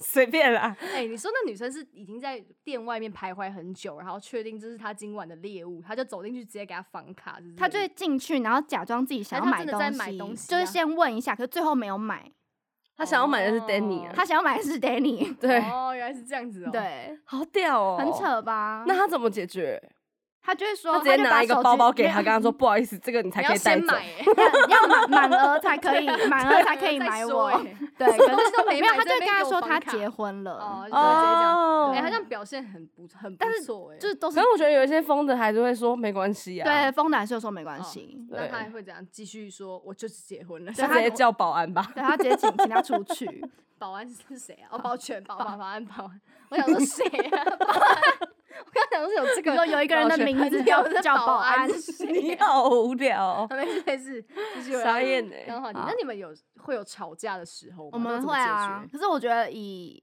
S3: 随便啦。
S1: 哎、你说那女生是已经在店外面徘徊很久，然后确定这是她今晚的猎物，她就走进去直接给她房卡，是不是？
S2: 他就会进去，然后假装自己想要
S1: 还
S2: 买
S1: 是他
S2: 东
S1: 真
S2: 西，
S1: 的在买东西
S2: 就是
S1: 啊
S2: 先问一下，可是最后没有买，
S3: 他想要买的是
S1: 哦
S3: Danny，啊
S2: 他想要买的是
S1: [LAUGHS]
S2: Danny，
S3: 对，
S1: 哦，原来是这样子哦。，
S2: 对，
S3: 好屌哦，
S2: 很。扯吧？
S3: 那他怎么解决？
S2: 他就会说，
S3: 他直接
S2: 就
S3: 拿
S2: 把
S3: 一个
S2: 手
S3: 包
S2: 机
S3: 包给
S2: 没有 [LAUGHS]
S3: 他，跟他说：“不好意思，这个你才
S1: 你
S3: 可
S1: 要
S3: 以带
S1: 先
S3: 走。
S1: 买、
S3: [LAUGHS]
S1: 欸，
S2: 要要满满额才可以，满额才可以
S1: 再
S2: 买
S1: 说 [LAUGHS]
S2: 我。
S1: 欸
S2: [LAUGHS] 对，可
S1: 东
S2: 是
S1: 西都 [LAUGHS] 没
S2: 没有，
S1: 买
S2: 他就
S1: 在那
S2: 会跟
S1: 边
S2: 他
S1: 给我
S2: 说
S1: 房
S2: 他
S1: 卡
S2: 结婚了，
S1: 哦就”是
S2: 对
S1: 直接这样
S3: 哦
S1: 哎、
S2: 对
S1: 她这样表现很不很不
S2: 但是
S1: 错哎、
S2: 就是都是
S3: 可是我觉得有一些疯的还是会说没关系啊，
S2: 对，风男秀说没关
S1: 哦
S2: 系，
S1: 那她还
S3: 对，
S1: 会怎样继续说？我就是结婚了。
S2: 对
S3: 就
S2: 他
S3: 直接叫保安吧。
S2: 对他直接请请他出
S1: [LAUGHS]
S2: 去，
S1: 保安是谁啊？哦，保全、保保保安、保
S2: [LAUGHS]
S1: 安。我想说谁啊？保安。我刚想说有这
S2: 有
S1: 个
S2: 有有一个人的名字
S1: 叫
S2: 叫叫
S1: 保
S2: 保安
S1: 安，是谁
S3: [LAUGHS] 你
S1: 啊？
S3: 好无聊哦，
S1: [LAUGHS] 没事没事，继续。
S3: 傻眼哎！
S1: 刚好，
S2: 好
S1: 那你们有会有吵架的时候吗？
S2: 我们
S1: 都怎么
S2: 会啊
S1: 解决。
S2: 可是我觉得以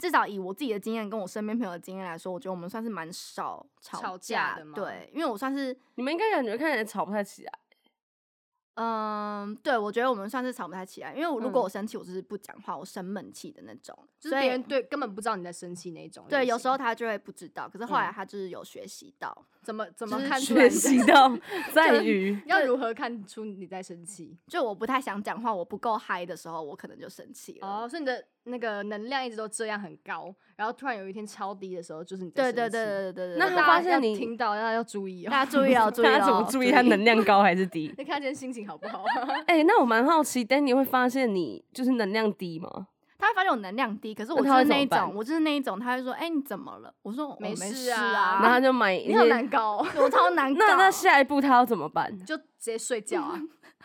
S2: 至少以我自己的经验跟我身边朋友的经验来说，我觉得我们算是蛮少
S1: 吵
S2: 架
S1: 架的吗
S2: 对，因为我算是
S3: 你们应该感觉看起来吵不太起来，
S2: 嗯，对，我觉得我们算是吵不太起来，因为我如果
S3: 嗯
S2: 我生气，我就是不讲话，我生闷气的那种，
S1: 就是
S2: 所以
S1: 别人对根本不知道你在生气那一种类型。
S2: 对，有时候他就会不知道，可是后来
S3: 嗯
S2: 他就是有学习到，
S1: 怎么怎么
S2: 就是
S1: 看出来
S3: 学
S1: 你在
S3: 习到在于
S1: [LAUGHS] 要如何看出你在生气？
S2: 就我不太想讲话，我不够嗨的时候，我可能就生气了。
S1: 哦，所以你的那个能量一直都这样很高，然后突然有一天超低的时候，就是你在
S2: 对
S1: 生气。
S2: 对对对对对对，
S3: 那
S2: 对
S3: 他
S1: 大
S3: 发
S1: 家
S3: 现
S1: 要
S3: 你
S1: 听到，大家要注意哦。
S2: 大家注意哦，注意
S3: 大家怎么
S2: 哦
S3: 注意他能量高还是低
S1: [LAUGHS] 。你看今天心情好不 [LAUGHS] 好？
S3: 哎，那我蛮好奇，Danny 会发现你就是能量低吗？
S2: 他会发现我能量低，可是
S3: 那
S2: 我就
S3: 他会
S2: 是那
S3: 怎么
S2: 一种，
S3: 办
S2: 我就是那一种，他会说：“哎、你怎么了？”我说：“我
S1: 没
S2: 没
S1: 事
S2: 事
S1: 啊
S2: 啊。
S3: 然后他就买一
S1: 你好
S3: 些。
S1: 难 [LAUGHS] 搞哦，
S2: 我超 [LAUGHS] 难搞。
S3: 那
S1: [LAUGHS]
S3: 那下一步他要怎么办？
S1: 就直接睡觉 [LAUGHS] 啊，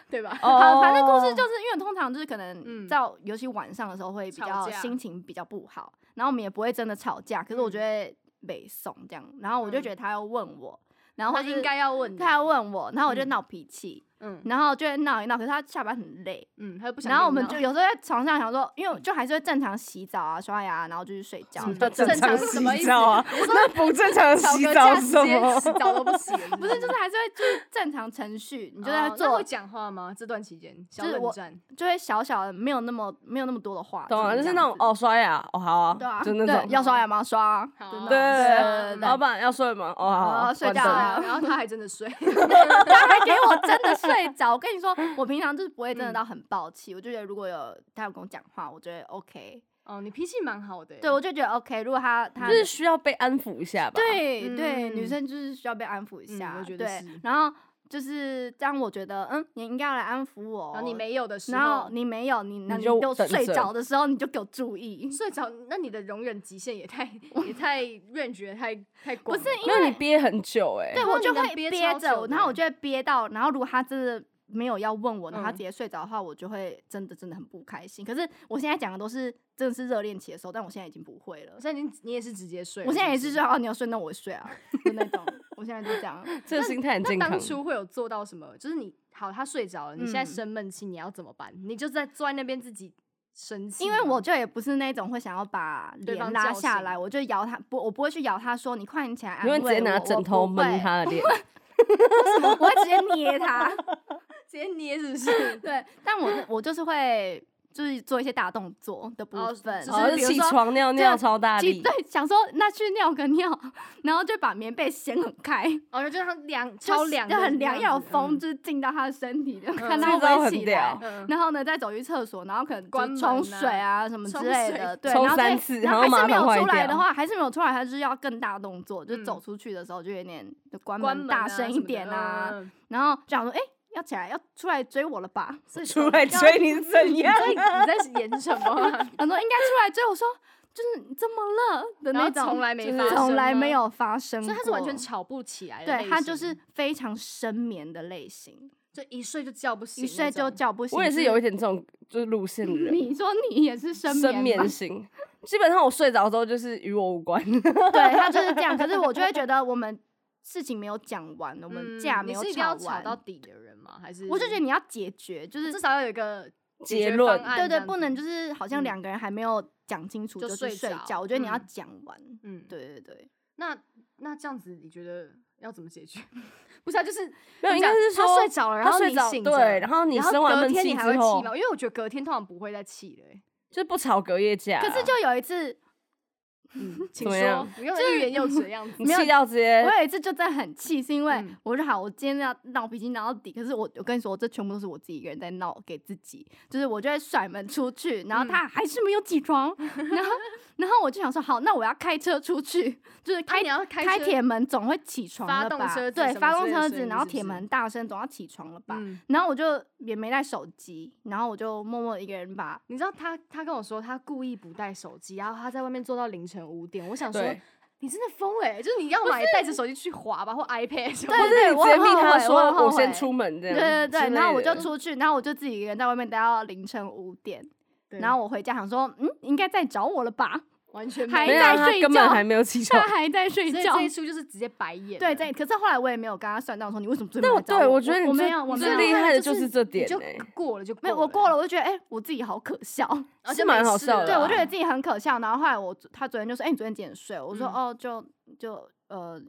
S1: 对吧？
S2: 好，反正故事
S3: 哦
S2: 就是因为通常就是可能
S1: 嗯
S2: 到尤其晚上的时候会比
S1: 吵
S2: 较
S1: 架
S2: 心情比较不好，然后我们也不会真的吵架，可是我觉得北宋这样，然后我就
S1: 嗯
S2: 觉得他要问我，然
S1: 然
S2: 后
S1: 后
S2: 或是
S1: 应该要问你
S2: 他要问我，然后我就
S1: 嗯
S2: 闹脾气，
S1: 嗯
S2: 然后就会闹一闹，可是他下班很累，
S1: 嗯，他就不想跟你闹。
S2: 然后我们就有时候在床上想说，因为我就还是会正常洗澡啊、刷牙啊，然后就去睡觉
S3: 什么。
S1: 叫
S3: 正
S1: 正
S3: 常
S1: 常是什么
S3: 洗
S1: 意
S3: 澡啊？ [LAUGHS] 那不正常的
S1: 吵
S3: 洗
S1: 个
S3: 澡
S1: 架
S3: 是
S1: 直
S3: 什
S1: 接
S3: 么？
S1: 洗澡都不洗了， [LAUGHS] 不
S2: 不是，就是还是会就是正常程序，你就在
S1: 哦那
S2: 做，
S1: 会讲话吗？这段期间小
S2: 就是我
S1: 冷战，
S2: 就会小小的，没有那么没有那么多的话题这
S3: 懂
S2: 样
S3: 啊，
S2: 子。
S3: 就是那种哦刷牙哦好啊，
S2: 对啊，
S3: 就那
S2: 对
S3: 种
S2: 要刷牙吗？刷啊，
S1: 好
S2: 就那种
S3: 对
S2: 对对对
S3: 老板要睡吗？哦好啊，
S2: 哦睡
S3: 关
S2: 觉
S3: 灯
S2: 啊
S1: 然后他还真的 [LAUGHS] 睡，
S2: 对，他还给我真的睡着。我跟你说，我平常就是不会真的到很暴气，我就觉得如果有他有跟我讲话，我觉得 OK，
S1: 哦，你脾气蛮好的欸，
S2: 对，我就觉得 OK。如果他他
S3: 就是需要被安抚一下吧。，
S2: 对、对，
S1: 嗯
S2: 女生就是需要被安抚一
S1: 嗯
S2: 下，
S1: 我觉得是
S2: 对。然后就是让我觉得，嗯，你应该要来安抚我。
S1: 然后你，没有的时
S2: 然后
S1: 候，
S2: 你没有，你那
S3: 你
S2: 你
S3: 就
S2: 给我
S3: 等
S2: 睡
S3: 着
S2: 着的时候，你就给我注意。
S1: 睡着，那你的容忍极限也太也太 range 也太太
S2: 不
S1: 广了，
S2: 是因
S3: 因为你憋很久哎、
S2: 对
S1: 对啊
S2: 我
S1: 你
S2: 就
S1: 能
S2: 会
S1: 憋
S2: 憋
S1: 超
S2: 着，
S1: 久
S2: 然后
S1: 的
S2: 我就会憋到，然后如果他真的没有要问我，然后他
S3: 嗯
S2: 直接睡着的话，我就会真的真的很不开心。可是我现在讲的都是真的是热恋期的时候，但我现在已经不会了
S1: 我。现在你你也是直接睡了，
S2: 我现在也
S1: 不
S2: 是说哦，你要睡那我睡啊的那种，我现在就这样。
S3: 这个心态很
S1: 那
S3: 健康
S1: 当。初会有做到什么？就是你好，他睡着了，你现
S2: 嗯
S1: 在生闷气，你要怎么办？你就在坐在那边自己生 [LAUGHS] 气吗。
S2: 因为我就也不是那种会想要把
S1: 对
S2: 脸
S1: 方
S2: 拉
S1: 叫
S2: 下
S1: 醒
S2: 来，我就摇他，不，我不会去摇他说你快点起来安
S3: 你
S2: 慰我，
S3: 会直接拿枕头闷
S2: 闷，
S3: 他的
S2: [LAUGHS]
S3: 脸，
S2: 我会直接捏他。
S1: [LAUGHS] 直接捏，是不是？
S2: [LAUGHS] 对，但我是我就是会就是做一些大动作的部
S1: 哦
S2: 分，
S1: 就
S3: 然后
S1: 是比如
S3: 起
S1: 说
S3: 床尿
S2: 就
S3: 尿超大
S2: 啊其
S3: 力，
S2: 对，想说那去尿个尿，然后就把棉被掀很开，
S1: 哦，就像凉，
S2: 就
S1: 超
S2: 是
S1: 凉
S2: 就
S1: 的那样子，
S2: 很凉，要有风，
S1: 嗯。
S2: 就是进到他的身体，就
S1: 嗯
S2: 看
S1: 这
S2: 他
S3: 招
S2: 会不会
S3: 很
S2: 起
S3: 屌
S2: 来。
S1: 嗯
S2: 然后呢，再走去厕所，然后可能就
S1: 关门
S2: 冲
S1: 啊
S2: 水啊什么之
S1: 冲
S2: 类
S1: 水
S2: 的，对，
S3: 冲
S2: 然后
S3: 三
S2: 再
S3: 次
S2: 然
S3: 然
S2: 后
S3: 后马
S2: 还是没
S3: 桶
S2: 有
S3: 坏
S2: 出来的
S3: 掉
S2: 话，还是没有出来，他就是要更大动作，就
S1: 嗯
S2: 走出去的时候就有点就关
S1: 关
S2: 门
S1: 门
S2: 大
S1: 啊
S2: 声
S1: 什
S2: 一
S1: 么的
S2: 点啊，
S1: 嗯
S2: 然后就想说，哎，要起来，要出来追我了吧？
S1: 所以
S3: [LAUGHS] 出
S1: 说
S3: 来
S1: 要
S3: 追你是怎
S1: 你啊
S2: [LAUGHS]
S3: 样？
S1: 在你在 [LAUGHS] 演什么啊？
S2: 他说应该出来追我说，就是你怎么了的
S1: 然
S2: 那
S1: 后
S2: 种，
S1: 从来没
S2: 就是
S1: 发
S2: 从
S1: 生
S2: 来
S1: 吗
S2: 没有发生，
S1: 所以他是完全。吵不起来的类
S2: 对
S1: 型，
S2: 他就是非常深眠的类型，
S1: 就一睡就叫不醒
S2: 一
S1: 那种，
S2: 睡就叫不醒。
S3: 我也是有一
S2: 一
S3: 点这种就是路
S2: [LAUGHS]
S3: 线的人，
S2: 你说你也是深
S3: 深
S2: 眠吗
S3: 眠型。基本上我睡着之后就是与我无关， [LAUGHS]
S2: 对他就是这样。可是我就会觉得我们事情没有讲完，我
S1: 嗯。
S2: 们架没
S1: 你
S2: 有
S1: 是一定要吵
S2: 完，
S1: 到底的人吗？还是
S2: 我就觉得你要解决，就是
S1: 至少要有一个解
S3: 嗯结
S1: 决
S3: 论
S1: 方案
S2: 对
S1: 这
S2: 对，
S1: 样
S2: 不
S1: 子
S2: 能就是好像
S1: 嗯
S2: 两个人还没有讲清楚
S1: 就
S2: 去
S1: 睡
S2: 睡
S1: 着
S2: 觉。我觉得你要
S1: 嗯
S2: 讲完，
S1: 嗯，对。
S2: 对对对。
S1: 那那这样子，你觉得要怎么 [LAUGHS] 解决？不是啊，就是怎
S3: 没有
S1: 么
S3: 应该
S1: 讲
S3: 是
S2: 哦
S3: 说
S1: 他睡着了，然
S3: 他
S1: 后
S3: 睡
S1: 你
S3: 着
S1: 醒着，
S3: 对，然后你
S1: 然后
S3: 生完
S1: 隔
S3: 闷
S1: 天
S3: 气
S1: 你还会
S3: 之
S1: 气
S3: 后
S1: 吗？，因为我觉得隔天通常不会再气了欸、
S3: 就不吵隔夜架啊。
S2: 可是就有一次，
S1: 嗯，请
S3: 怎么
S1: 说
S3: 样，
S1: 不用欲言又止的样
S3: [LAUGHS]
S1: 子。
S3: 你
S2: 没有
S3: 气到直接
S2: 我有一次就真的很气，是因为
S1: 呃嗯
S2: 我就好，我今天要闹脾气闹到底。可是我，我跟你说，这全部都是我自己一个人在闹给自己，就是我就会甩门出去，
S1: 嗯
S2: 然后他还是没有起床，然后然后我就想说，好，那我要开车出去，就是
S1: 开啊
S2: 开
S1: 哎你要开
S2: 开
S1: 车
S2: 铁门总会起床
S1: 发
S2: 了
S1: 动
S2: 吧？
S1: 车子
S2: 对，
S1: 什么
S2: 发
S1: 之
S2: 动
S1: 类的
S2: 车
S1: 声
S2: 子，
S1: 音
S2: 然后
S1: 是不
S2: 铁
S1: 是
S2: 门大声，总要起床了吧？
S1: 嗯，
S2: 然后我就也没带手机，然后我就默默一个人把
S1: 你知道他他跟我说他故意不带手机，然后他在外面坐到凌晨五点。我想说
S3: 对，
S1: 你真的疯哎、就是你要么也带着手机去滑吧，或 iPad 什么
S2: 对
S3: 或
S1: 的。
S2: 我
S3: 者你直接
S2: 很
S3: 逼
S2: 后
S3: 他
S2: 悔我很
S3: 说
S2: 后
S3: 我先
S2: 悔
S3: 出门这
S2: 对对
S3: 样，
S2: 对，然后我就
S3: 出。
S2: 出去，然后我就自己一个人在外面待到凌晨五点，
S1: 对
S2: 然后我回家想说，嗯，应该再找我了
S3: [LAUGHS]
S2: 吧？
S1: 完全
S2: 还
S1: 有
S3: 没有，啊
S2: 在
S3: 他
S2: 睡
S3: 根本
S2: 觉
S3: 还没
S2: [LAUGHS]
S3: 有起床
S2: 他。还在睡
S1: 所以
S2: 觉
S1: 这。一出就是直接白眼了。
S2: 对，在可是后来我也没有跟他算到说你为什么最后
S3: 但
S2: 来
S3: 我
S2: 找
S3: 对
S2: 我
S3: 我觉得你
S2: 我没
S3: 最
S2: 有，我
S3: 你
S2: 没
S3: 最
S2: 有
S3: 厉害的就是这
S1: 你
S3: 点
S1: 就
S3: 欸
S1: 过了就
S2: 没有，我过了，我就觉得哎、我自己好可笑，
S1: 而
S3: 是
S1: 且
S3: 哦蛮好笑的
S2: 对我
S3: 啊
S2: 就觉得自己很可笑。然后后来我他昨天就说，哎、你昨天几点睡？我说、
S1: 嗯
S2: 哦，就就呃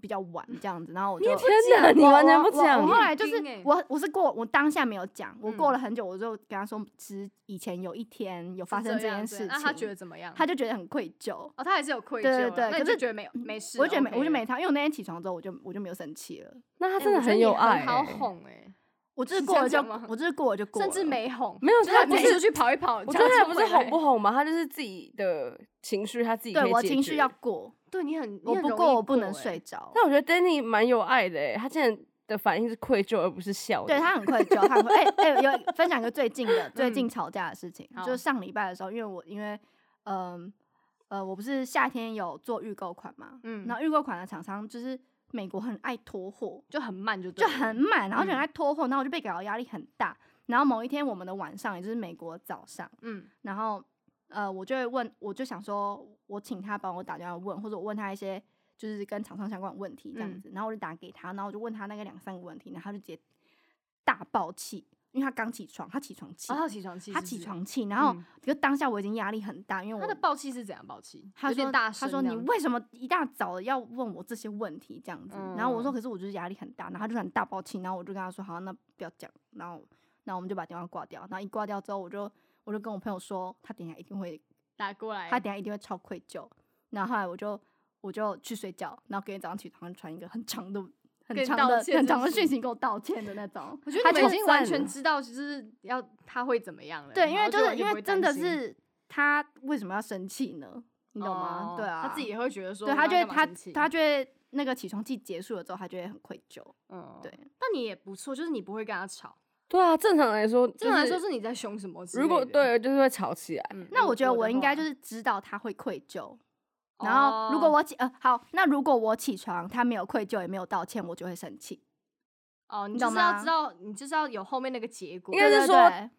S2: 比较晚这样子。然后我就
S3: 你也不天哪，你
S2: 我
S3: 完全
S2: 我
S3: 不讲
S2: 我我后来
S1: 很
S2: 就是
S1: 精欸
S2: 我我是过我当下没有讲，我
S1: 嗯
S2: 过了很久，我就跟他说，其实以前有一天有发生这件事情，
S1: 啊那他觉得怎么样？
S2: 他就觉得很愧疚。
S1: 哦，他还是有愧疚
S2: 对
S1: 啦，
S2: 对对
S1: 那你
S2: 可
S1: 就是觉得没有没事，
S2: 我就觉得没，
S1: OK
S2: 我就没
S1: 了。
S2: 他，因为我那天起床之后，我就我就没有生气了。
S3: 那他
S1: 哎
S3: 真的
S1: 我觉得
S3: 很
S1: 你
S3: 有爱欸，
S1: 好哄哎，
S2: 我就是
S1: 是
S2: 过
S1: 这
S2: 了就
S1: 样讲吗，
S2: 我就是过了就过了，
S1: 甚至没哄，
S3: 没有
S1: 就是
S3: 他
S1: 他
S3: 不
S1: 没
S3: 是
S1: 出去跑一跑。
S3: 我
S1: 这
S3: 觉得
S1: 样
S3: 他
S1: 子
S3: 不是
S1: 回来
S3: 哄不哄嘛，他就是自己的情绪他自己可
S2: 对
S3: 以
S2: 我
S3: 解
S2: 情绪
S3: 决
S2: 要。过，
S1: 对你很，
S2: 我
S1: 你很
S2: 不
S1: 容
S2: 过
S1: 易
S2: 我不能
S1: 过欸
S2: 睡。着。
S3: 但我觉得 Danny 蛮有爱的欸，他竟然的反应是愧疚而不是笑。
S2: 对，他很愧疚，他
S1: [LAUGHS]
S2: 很愧哎哎、有分享一个最近的最近
S1: 嗯
S2: 吵架的事情，就
S1: 好
S2: 是上礼拜的时候，因为我因为嗯呃我不是夏天有做预购款嘛，
S1: 嗯，
S2: 然后预购款的厂商就是美国很爱拖货，
S1: 就很慢就对
S2: 就
S1: 了
S2: 很慢，然后就很
S1: 嗯
S2: 爱拖货，然后我就被搞得压力很大。然后某一天我们的晚上，也就是美国早上，
S1: 嗯
S2: 然后呃，我就会问，我就想说，我请他帮我打电话问，或者我问他一些就是跟厂商相关的问题这样
S1: 嗯
S2: 子，然后我就打给他，然后我就问他那个两三个问题，然后他就直接大爆气，因为他刚起床，他起床气，
S1: 啊，他起床气，
S2: 他
S1: 是
S2: 起
S1: 不是，
S2: 床气，然后
S1: 嗯
S2: 可是当下我已经压力很大，因为
S1: 他
S2: 我
S1: 的爆气是怎样爆气？
S2: 他
S1: 有点
S2: 说
S1: 大
S2: 他
S1: 声
S2: 说
S1: 这
S2: 你
S1: 样
S2: 为什么一大早要问我这些问题这样子？然后我说
S1: 嗯
S2: 可是我就是压力很大，然后他就很大爆气，然后我就跟他说好，那不要讲，然后然后我们就把电话挂掉，然后一挂掉之后，我就我就跟我朋友说，他等一下一定会，
S1: 打过来，
S2: 他等一下一定会超愧疚。然后后来我就我就去睡觉，然后隔天早上起床传一个很长的。很
S1: 跟你
S2: 长
S1: 道
S2: 的、
S1: 歉
S2: 很
S1: 是
S2: 长
S1: 不
S2: 的
S1: 是
S2: 讯息给我道歉的那种，
S1: 我觉得
S2: 他
S1: 你
S2: 就
S1: 们已经完
S3: 赞
S1: 全
S3: 了
S1: 知道，就是要他会怎么样了。
S2: 对，因
S1: 然
S2: 为
S1: 后
S2: 就
S1: 就完全
S2: 是因
S1: 不
S2: 为
S1: 会
S2: 真
S1: 担
S2: 的
S1: 心，
S2: 是他为什么要生气呢？你懂吗？
S3: 哦
S2: 对啊，
S1: 他自己也会觉得说，
S2: 对他
S1: 我
S2: 就会
S1: 干嘛
S2: 他
S1: 生气
S2: 他就会那个起床气结束了之后，他就会很愧疚。
S1: 哦
S3: 嗯，
S2: 对
S1: 那你也不错，就是你不会跟他吵。
S3: 对啊，正常来说，
S1: 正常来说
S3: 就是
S1: 你在凶什么之类的？
S3: 如果对，就是会吵起来。
S1: 嗯，
S2: 那我觉得我
S1: 的
S2: 应
S1: 话
S2: 该
S1: 哦
S2: 就是知道他会愧疚，然后如果我起呃好，那如果我起床他没有愧疚也没有道歉，我就会生气。
S1: 哦，你
S2: 你
S1: 就
S2: 懂
S1: 是要
S2: 吗
S1: 知道，你就是要有后面那个结果
S3: 应。该
S2: 对对
S3: 是说
S2: 对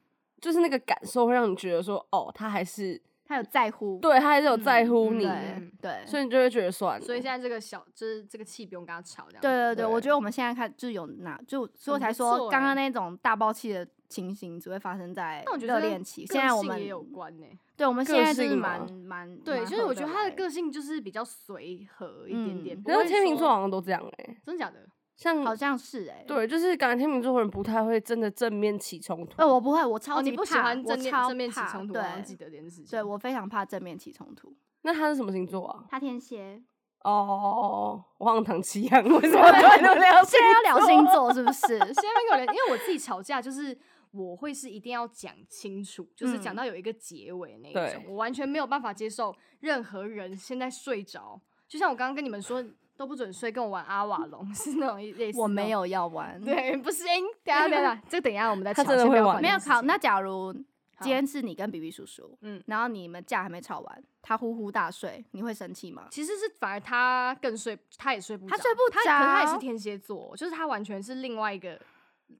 S3: 就是那个感受会让你觉得说，哦，他还是
S2: 他有在乎，
S3: 对他还是有在乎
S2: 嗯
S3: 你，
S2: 对对
S3: 所以你就会觉得算了。
S1: 所以现在这个小，就是这个气不用跟他吵，这样。
S2: 对对对，
S3: 对
S2: 我觉得我们现在看就有哪就，所以我
S1: 很
S2: 才
S1: 不错
S2: 说刚
S1: 欸
S2: 刚那种大爆气的情形只会发生在
S1: 但我觉得
S2: 热
S1: 这
S2: 恋
S1: 跟
S2: 期。
S1: 个
S2: 现在我
S1: 性
S2: 们
S1: 也有关呢、
S2: 对我们
S3: 个
S2: 现在就
S3: 性
S2: 是
S3: 嘛
S2: 蛮蛮
S1: 对，
S2: 蛮
S1: 就是
S2: 合
S1: 我觉得他的
S2: 来
S1: 个性就是比较随和一点点，
S2: 欸嗯
S1: 不
S3: 可是
S1: 会
S3: 天秤座
S1: 说
S3: 好像都这样哎、
S1: 真假的，
S3: 像
S2: 好像是哎，
S3: 对，就是感觉天秤座人不太会真的正面起冲突。
S2: 呃我不会，我超
S1: 哦，
S2: 级
S1: 你不喜
S2: 怕
S1: 欢
S2: 我
S1: 正面
S2: 超
S1: 正面起
S2: 怕
S1: 冲突，我
S2: 对
S1: 好像记得这件事情。
S2: 对我非常怕正面起冲突。
S3: 那他是什么星座啊？
S2: 他天 [LAUGHS] 蝎，
S3: 哦哦哦哦，我好像唐奇
S1: [LAUGHS]
S3: 阳，为什么突然都聊
S2: 现在要聊
S3: 星
S2: 星座
S3: 座？
S2: 是不是？ [LAUGHS]
S1: 现在没有人，因为我自己吵架就是。我会是一定要讲清楚，就是讲
S2: 嗯
S1: 到有一个结尾那一
S3: 对
S1: 种，我完全没有办法接受任何人现在睡着，就像我刚刚跟你们说都不准睡，跟我玩阿瓦隆是那种类似。
S2: 我没，有要玩，，
S1: 对，不行，等一下等一下，这个等一下我们再
S3: 他
S1: 吵，
S3: 真的
S1: 先不
S3: 会
S1: 要
S3: 玩
S1: 管
S2: 没
S1: 这
S2: 有
S1: 件事
S2: 考。
S1: 情
S2: 那假如今
S1: 好
S2: 天是你跟 B B 叔叔，
S1: 嗯
S2: 嗯，然后你们架还没吵完，他呼呼大睡，你会生气
S1: [LAUGHS]
S2: 吗？
S1: 其实是反而他更睡，他也睡不着，
S2: 他睡不
S1: 他可是他也是
S2: 着
S1: 天蝎座，就是他完全是另外一个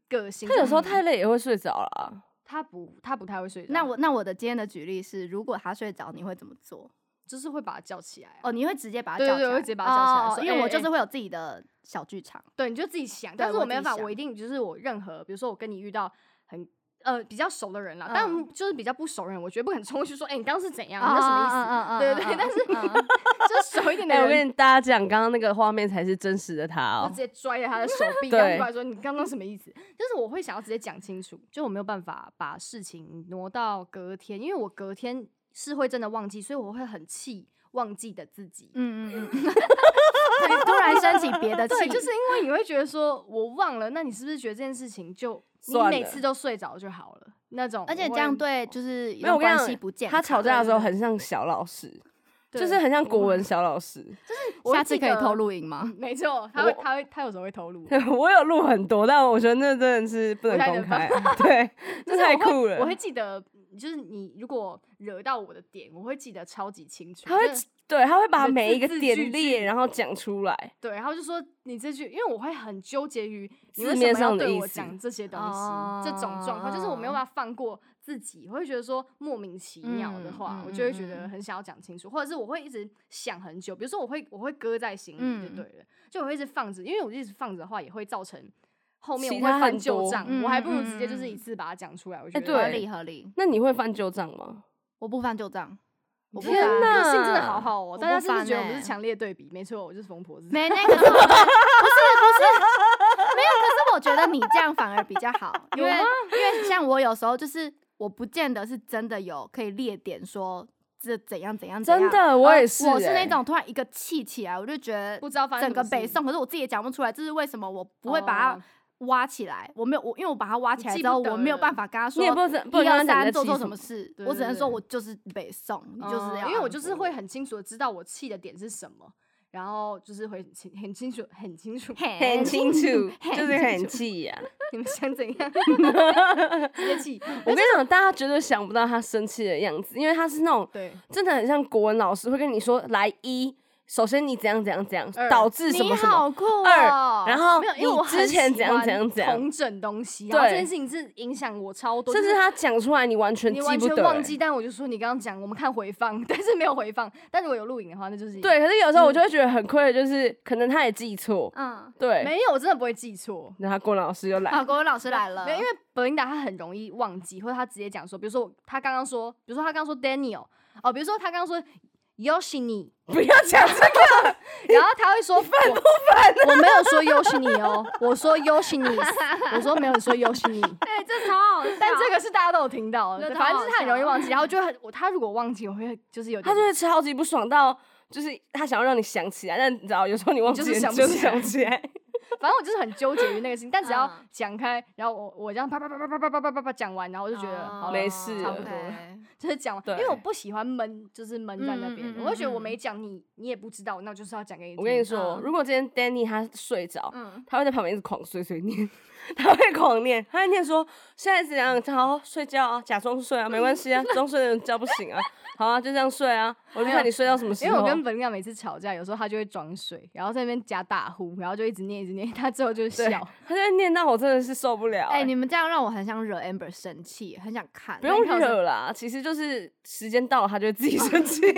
S1: 个性。
S3: 他有时候
S1: 就是
S3: 太累也会睡着啊啦。
S1: 他不他不太会睡着，
S2: 那我那我的今天的举例是，如果他睡着，你会怎么做？
S1: 就是会把他叫起来啊、
S2: 哦，你会直接把他
S1: 对
S2: 叫
S1: 对
S2: 起来，
S1: 对我会直接把他叫起来
S2: 哦
S1: 说
S2: 因
S1: 哎
S2: 为我
S1: 哎
S2: 就
S1: 哎
S2: 是会有自己的小剧场。
S1: 对，你就自己想。
S2: 对
S1: 但是我
S2: 我
S1: 没
S2: 自
S1: 办法，
S2: 己
S1: 我
S2: 想
S1: 一定就是我任何，比如说我跟你遇到很呃比较熟的人啦，但
S2: 嗯啊
S1: 就是比较不熟的人，我绝对不可能冲过去说，哎、你刚刚是怎样？那什么意思？
S2: 么
S1: 对对对，但是
S2: 啊
S1: 就是熟一
S2: [LAUGHS]
S1: 点的
S3: 哎、我
S1: 人，
S3: 跟大家讲，刚刚那个画面才是真实的他
S1: 我
S3: 哦
S1: 直。接拽着他的手
S2: [LAUGHS]
S1: 臂，
S3: 对
S1: 刚出来说：“你刚刚什么意思？”就是我会想要直接讲清楚，就我没有办法把事情挪到隔天，因为我隔天是会真的忘记，所以我会很气忘记的自己。
S2: 嗯嗯嗯，对 [LAUGHS] 突然升起别的
S1: 对，
S2: 气，
S1: 哎就是因为你会觉得说我忘了，那你是不是觉得这件事情就你
S3: 算
S1: 每
S3: 了
S1: 次都睡着就好了那种？
S2: 而且
S1: 我
S2: 这
S1: 会
S2: 样对就是
S3: 哦没有，我跟
S2: 关
S3: 你
S2: 系
S3: 讲
S2: 不健
S3: 他
S2: 康。
S3: 吵架的时
S1: 对
S3: 候很像小老师，
S1: 对
S3: 就是很像国
S1: 我
S3: 文小老师。
S1: 我会
S2: 下次
S1: 记
S2: 可以
S1: 得
S2: 偷录影吗？
S1: 没错，他会
S3: 我
S1: 他会他有时候会投
S3: [LAUGHS]
S1: 入。
S3: 我有录很多，但我觉得那真的是不能
S1: 不太
S3: 公
S1: 能放
S3: 开，啊
S1: [LAUGHS]
S3: 对，
S1: 就
S3: 这
S1: 是
S3: 太
S1: 我会
S3: 酷了。
S1: 我会记得，就是你如果惹到我的点，我会记得超级清楚。
S3: 他会
S1: 就是
S3: 对，他会把
S1: 你的
S3: 每
S1: 字
S3: 一
S1: 嗯
S3: 个
S1: 字句
S3: 点
S1: 句
S3: 列，然后讲出来。
S1: 对，然后就说你这句，因为我会很纠结于你
S3: 字
S1: 为什
S3: 面
S1: 么要
S3: 上的
S1: 对
S3: 意
S1: 我
S3: 思
S1: 讲这些东西，这种状况，就是我没有
S2: 哦
S1: 办法放过自己，我会觉得说莫名其妙的
S2: 嗯
S1: 话，
S2: 嗯
S1: 我
S2: 嗯
S1: 就会觉得
S2: 嗯
S1: 很想要讲清楚，或者是我会一直想很久，比如说我会我会搁在心里就
S2: 嗯
S1: 对了，就我会一直放着，因为我一直放着的话也会造成后面
S3: 其
S1: 我
S3: 他
S1: 会翻
S3: 很
S1: 旧
S3: 多
S1: 账，
S2: 嗯
S1: 我还
S2: 嗯
S1: 不如
S2: 嗯
S1: 直接就是
S2: 嗯
S1: 一次把它讲出来，我觉
S3: 哎
S1: 得
S3: 对
S2: 合理合理，
S3: 那你会翻旧账吗？
S2: 我不翻旧账，我不
S3: 天
S2: 翻
S3: 哪
S1: 个性真的好好哦、
S2: 我
S1: 大家
S2: 不
S1: 是不是
S2: 翻
S1: 觉得我们
S2: 欸
S1: 是强烈对比？没错，我就是疯婆子。 [LAUGHS]
S2: 没那个是我觉得不是不是没有，可是我觉得你这样反而比较好，因为
S1: 有吗
S2: 因为像我有时候就是我不见得是真的有可以列点说这怎样怎样怎
S3: 真
S2: 样，
S3: 的，我
S2: 我
S3: 也是、
S2: 我是那种突然一个气起来，我就觉得
S1: 不知道发生
S2: 整
S1: 什
S2: 个
S1: 么
S2: 北
S1: 事
S2: 宋，可是我自己也讲不出来，这是为什么我不会把
S1: 哦
S2: 它挖起来，我没有我因为我把它挖
S1: 你
S2: 起来
S1: 记
S2: 之
S1: 不
S2: 后，
S1: 得
S2: 我没有
S1: 了
S2: 办法跟他
S3: 你
S2: 说
S3: 也不能不
S2: 一二
S3: 能跟他讲你在
S2: 三
S3: 气
S2: 做错
S3: 什
S2: 什
S3: 么
S2: 么事
S1: 对，
S2: 我
S1: 对
S2: 只能说
S1: 对
S2: 我就是北宋，你就是
S1: 哦
S2: 要安抚我，，
S1: 因为我就是会很清楚的知道我气的点是什么，然后就是会很清很清楚很清楚
S2: 很
S3: 很
S1: [LAUGHS]
S3: 清楚，就是
S2: 很
S3: 很气呀、
S1: 你们想怎
S3: [LAUGHS]
S1: 样直接气，
S3: 我跟你讲，大家绝对想不到他生气的样子，因为他是那种
S1: 对，
S3: 真的很像国文老师会跟你说：“来一，首先你怎样怎样怎样
S1: 二，
S3: 导致什
S2: 你
S3: 么什么。
S2: 好酷哦，
S3: 二， [LAUGHS] 然后
S1: 没有，因为我
S3: 你之
S1: 很
S3: 前
S1: 喜
S3: 怎样
S1: 欢
S3: 怎样怎样，
S1: 同整东西，然后这
S3: 对
S1: 件事情是影响我超多，
S3: 甚
S1: 就
S3: 至他讲出来你完全
S1: 你
S3: 记
S1: 完
S3: 不
S1: 全
S3: 得、欸
S1: 忘记，但我就说你刚刚讲，我们看回放， [LAUGHS] 但是没有回放，但如果有录影的话，那就是
S3: 对，可是有时候我就会觉得很亏的，就是可能他也记错，
S2: 嗯，
S3: 对。
S1: 没有，我真的不会记错。
S3: 然后郭老师又来，
S2: 好，国文老师来了，
S1: 没
S2: [LAUGHS]
S1: 有，因为 Belinda 她很容易忘记，或者她直接讲说，比如说我，她刚刚说，比如说她刚刚说 Daniel，哦，比如说她刚刚说 Yoshini，
S3: 不要讲这个，
S1: 然后她会
S2: [LAUGHS]
S1: 说反不反、我没有说 Yoshini 哦，我说 Yoshini，我说没有说
S2: [LAUGHS]
S1: Yoshini，
S2: 哎，这超好笑，
S1: 但这个是大家都有听到的，
S2: 那
S1: 反正就是她很
S2: 超好笑
S1: 容易忘记，然
S2: [LAUGHS]
S1: 后就会很我她如果忘记，我会就是有点
S3: 他就会超级不爽到，就是他想要让你想起来，但你知道有时候你忘记
S1: 就是
S3: 了
S1: 想
S3: 你
S1: 不
S3: 就是
S1: 起来
S3: 想不起来，
S1: 反正我就是很纠结于那个事情，但只要
S2: 嗯
S1: 讲开，然后我我这样啪啪啪啪啪啪啪啪啪啪讲完，然后我就觉得
S2: 哦
S1: 好了
S3: 没事
S1: 差不多了就是讲完，因
S3: 对
S1: 为我不喜欢闷，就是闷在那边
S2: 嗯嗯，嗯
S1: 我会觉得我
S2: 嗯
S1: 没讲你，你也不知道，那我就是要讲给你听。
S3: 我跟你说
S2: 嗯，
S3: 如果今天 Danny 他睡着，
S2: 嗯，
S3: 他会在旁边一直狂碎碎念，他会狂念，他会念说现在是怎样，好睡觉啊，假装睡啊，没关系啊，装睡的人叫不醒啊，好啊，就这样睡啊，我就看你睡到什么时
S1: 哎因为
S3: 候
S1: 我
S3: 啊。
S1: 跟本亮每次吵架，有时候他就会装睡，然后在那边假打呼，然后就一直念一直念，他最后就
S3: 对 [LAUGHS]
S1: 笑。
S3: 他就会念到我真的是受不了、
S2: 哎、
S3: 哎、
S2: 你们这样让我很想惹 Amber 生气，很想看。
S3: 不用
S2: 那你看我
S3: 惹啦，其实就是时间到了，他就会自己 [LAUGHS] 生气。
S2: 为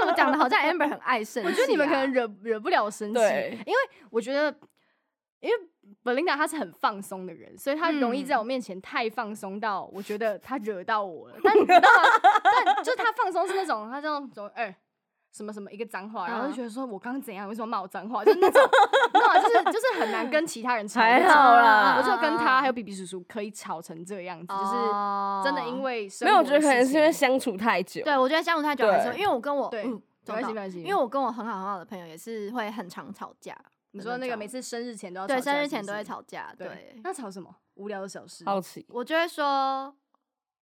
S2: 什么讲的好像 Amber 很爱生气、啊
S1: 我觉得你们可能，惹惹不了我生气，
S3: 对
S1: 因为我觉得，因为本琳达她是很放松的人，所以她容易在我
S3: 嗯
S1: 面前太放松到，我觉得她惹到我了。但你知道
S3: [LAUGHS]
S1: 吗？但就是她放松是那种，她这样走，哎、什么什么一个脏话，然后就
S2: 嗯
S1: 觉得说我刚刚怎样，为什么骂我脏话，就是那种，你知道吗？就是就是很难跟其他人吵
S3: 还
S1: 那种。
S3: 好啦嗯
S1: 我就跟他还有比比叔叔可以吵成这样子，就是真的因
S2: 为
S1: 为生
S3: 哦没有，我
S1: 活
S3: 觉得
S1: 的
S3: 可能
S1: 事
S3: 是因为
S1: 情
S3: 相处太久。
S2: 对我觉得相处太久还是
S3: 对
S2: 因为我跟我
S1: 对
S2: 嗯
S1: 没关系
S2: 懂
S1: 没关系，
S2: 因为我跟我很好很好的朋友也是会很常吵架。
S1: 你说那个每
S2: 次
S1: 次生日前都要
S2: 对
S1: 哦吵架
S2: 生日
S1: 是不
S2: 前都
S1: 是
S2: 会吵架，
S1: 对，
S2: 对，
S1: 那吵什么？无聊的小事。
S3: 好奇，
S2: 我就会说，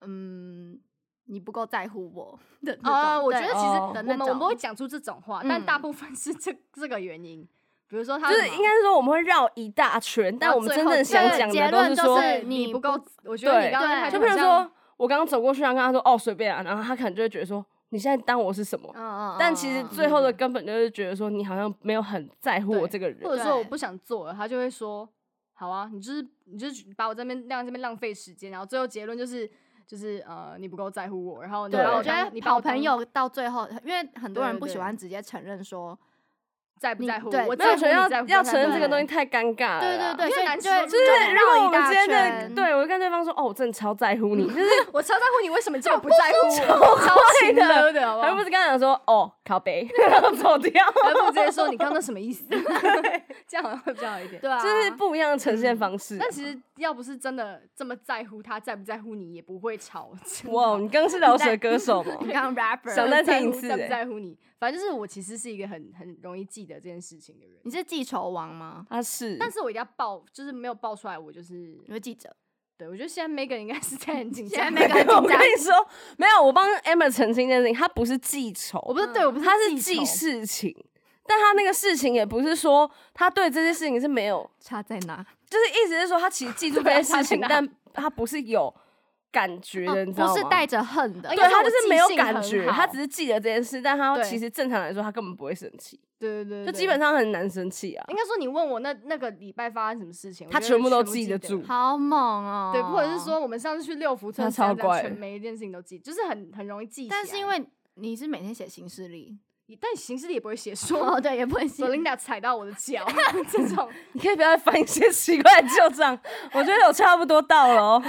S2: 嗯，你不够在乎我的那
S1: 哦，
S2: 种
S1: 我觉得
S2: 对
S1: 其实
S3: 哦
S1: 我
S2: 的那
S1: 们我们不
S2: 种
S1: 会讲出这种话，但大
S2: 嗯
S1: 部分是这这个原因。比如说他
S3: 就是
S1: 什么
S3: 应该是说我们会绕一大圈，但
S1: 然后
S3: 我们
S1: 最
S3: 真
S1: 后
S3: 正
S1: 结论
S3: 想讲
S2: 结
S3: 的都
S2: 论
S3: 是
S2: 就
S3: 说，
S2: 是
S1: 你
S2: 你
S1: 不
S2: 不
S1: 够，我觉得你
S3: 对
S1: 刚刚态
S2: 对
S1: 度好
S3: 就比如
S1: 像
S3: 说我刚刚走过去，然后跟他说哦随便啊，然后他可能就会觉得说你现在当我是什么？
S2: 嗯嗯嗯
S3: 但其实
S2: 嗯
S3: 最后的根本就是觉得说你好像没有很在乎我
S1: 对
S3: 这个人，
S1: 或者说我
S2: 对
S1: 不想做了，他就会说好啊，你就是你就是把我这边让这边浪费时间，然后最后结论就是就是呃你不够在乎我，然后你
S3: 对
S1: 把
S2: 我
S1: 我
S2: 觉
S1: 当
S2: 得
S1: 你把
S2: 好
S1: 我当
S2: 朋友到最后，因为很多
S1: 对
S2: 人
S1: 对
S2: 不喜
S1: 对
S2: 欢直接承认说，
S1: 在不
S2: 你
S1: 在乎
S2: 对
S1: 我，
S3: 没
S1: 在
S3: 有
S1: 乎
S3: 觉得
S1: 你在
S3: 要
S1: 乎
S3: 要
S1: 在
S3: 承认
S1: 乎
S3: 这个
S1: 你
S3: 东西太尴尬了啦。
S2: 对对对，
S1: 因为
S2: 所
S1: 男
S2: 以就
S1: 生
S2: 会
S1: 就是
S3: 对，如果
S2: 绕
S3: 我
S2: 一
S3: 们
S2: 大
S3: 今天的
S2: 圈，
S3: 对我就跟对方说哦，我真的超在乎你，就是
S1: 我超在乎你，为什么叫我不在乎我？超亲热的，好不
S3: 而不
S1: 好？
S3: 是刚才讲说哦靠背， [LAUGHS] 然后走掉，
S1: 还不如直接说你刚刚什么意思？ [LAUGHS] 这样好像会比较好一点。
S2: 对啊，
S3: 就是不一样的呈现方式啊。
S1: 但其实要不是真的这么在乎他在不在乎你，也不会
S3: [LAUGHS]
S1: 吵。 [LAUGHS]
S3: 哇，哦你刚刚是饶舌歌手哦吗？
S2: 你刚刚 rapper，
S3: 想再听一次
S1: 在不
S3: 欸
S1: 在乎你，反正就是我其实是一个很很容易记得这件事情的人，
S2: 你是记仇王吗？
S3: 他是，
S1: 但是我一定要爆，就是没有爆出来，我就是
S3: 嗯
S2: 你是记者？
S1: 对我觉得现在 Megan 应该是在很
S3: [LAUGHS]
S1: 紧
S2: 现在
S1: 张，
S2: Megan 很紧
S3: [LAUGHS] 我跟
S2: 张
S3: 你说，没有，我帮 Emma 澄清一件事情，他不是记
S1: [LAUGHS]
S3: 仇，
S1: 我不是对我不是
S3: 他是
S1: 记
S3: 记
S1: 仇
S3: 事情，但他那个事情也不是说他对这件事情是没有，
S2: 差在哪？
S3: 就是意思是说他其实记住这
S1: 对啊 [LAUGHS]
S3: 件事情，
S1: 他在
S3: 但他不是有感觉的，
S1: 嗯
S2: 哦
S3: 你知道吗？
S2: 不是带着恨的
S1: 应，
S3: 对
S1: 该是
S3: 他
S1: 我
S3: 就是
S1: 记
S3: 没有
S1: 性
S3: 感
S1: 很
S3: 觉，
S1: 好
S3: 他只是记得这件事，但他
S1: 对
S3: 其实正常来说他根本不会生气，
S1: 对对对，
S3: 就
S1: 对
S3: 基本上很难生气啊。
S1: 应该说你问我那那个礼拜发生什么事情，我
S3: 他
S1: 觉
S3: 全部都
S1: 记
S3: 记得住
S2: 好猛哦。
S1: 对，或者是，说我们上次去六福村
S3: 他
S1: 怎样
S3: 超
S1: 怎样
S3: 怪
S1: 全每一件事情都记，就是很很容易记起来。
S2: 但是因为你是每天写行事
S3: [LAUGHS]
S2: 历，
S1: 但形式里也不会写
S2: 哦，
S1: 说。
S2: 对，也不
S1: [LAUGHS]
S2: 会写
S1: 索。琳达踩到我的脚， [LAUGHS] 这种
S3: 你可以不要再翻一些奇怪的旧账，我觉得有差不多到了哦，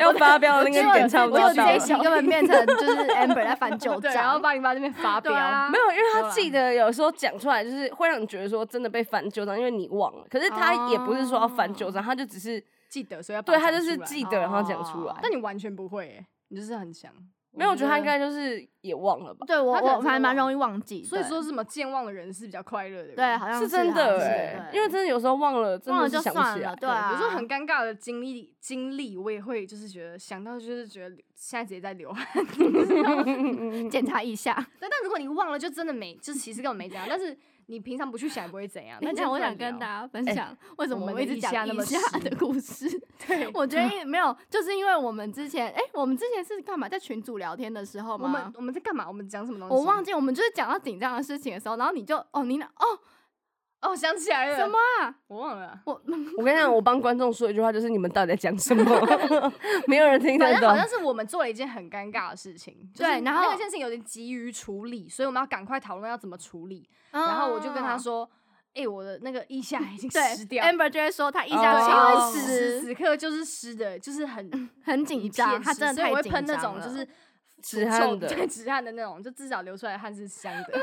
S3: 要发飙的那个点差不
S2: 我
S3: 多
S2: 有
S3: 到
S2: 这一
S3: 了。
S2: 集根本变成就是 Amber 在翻
S3: [LAUGHS]
S2: 旧
S1: 对，然后
S2: 账，
S1: 八零八那边发飙，
S2: 对啊
S3: 没有，因为他
S1: 啦
S3: 记得有时候讲出来，就是会让你觉得说真的被翻旧账，因为你忘了。可是他也不是说要翻旧账，他就只是
S1: 记得，所以要把
S3: 对
S1: 它
S3: 他
S1: 哦讲
S3: 就是
S1: 出来
S3: 记得，然后讲出
S2: 哦
S3: 来。
S1: 但你完全不会、欸，你就是很强。
S3: 没有，我觉得
S1: 哦
S3: 他应该就是也忘了吧。
S2: 对我
S1: 他可能
S2: 我
S1: 真的
S2: 还蛮
S1: 忘
S2: 容易忘记，
S1: 所以
S2: 对
S1: 说什么健忘的人是比较快乐的人，
S2: 对，好像
S3: 是真
S2: 好像
S3: 的
S2: 是
S3: 哎，
S2: 对
S3: 因为真的有时候忘了，真
S2: 忘
S3: 的
S2: 了
S3: 是
S2: 就
S3: 想不
S2: 算
S3: 起
S2: 了，
S3: 来。
S2: 对啊，
S1: 比如说很尴尬的经历经历，我也会就是觉得想到就是觉得现在直接在流汗。
S2: 检查一下。
S1: 但但如果你忘了，就真的没，就是其实根本没怎样，但是你平常不去想也不会怎样。
S2: 那
S1: 但
S2: 这样，我想
S1: 今天
S2: 跟
S1: 突然
S2: 大
S1: 聊哎
S2: 家分享为什么
S1: 我
S2: 我
S1: 们
S2: 们一
S1: 的
S2: 直
S1: 一
S2: 讲
S1: 下那
S2: 一
S1: 么
S2: 下
S1: 实
S2: 的故
S1: [LAUGHS]
S2: 事。
S1: 对，
S2: 我觉得因为没有，就是因为我们之前，哎、我们之前是干嘛？在群组聊天的时候
S1: 我们
S2: 吗？
S1: 我们在干嘛？我们讲什么东西？
S2: 我忘记，我们就是讲到紧张的事情的时候，然后你就哦，你那哦
S1: 哦，我想起来了，
S2: 什么啊？
S1: 我忘了。
S2: 我
S3: 我跟你讲，我帮观众说一句话，就是你们到底在讲什么？ [LAUGHS] 没有人听
S1: [LAUGHS]
S3: 得
S1: 反正
S3: 懂
S1: 好。像是我们做了一件很尴尬的事情，就是
S2: 对然
S1: 那
S2: 后
S1: 个件事情有点急于处理，所以我们要赶快讨论要怎么处理。然后我就跟他
S2: 啊，
S1: 说：“哎、我的那个腋下已经
S2: [LAUGHS] 对
S1: 湿掉。”
S2: ，amber 就会说他一
S1: 对，
S2: 下
S3: 哦
S1: 因
S2: 超
S1: 为此时
S2: 湿，
S1: 此刻就是湿的，就是很
S2: 很
S1: 一
S2: 紧
S1: 片
S2: 张，他
S1: 湿
S2: 真的
S1: 所以
S2: 太
S1: 我会
S2: 紧
S1: 喷那
S2: 张
S1: 种
S2: 了
S1: 就是
S3: 止
S1: 除
S3: 汗
S1: 臭
S3: 的
S2: [LAUGHS]
S1: 对止汗的那种，就至少流出来的汗是香的。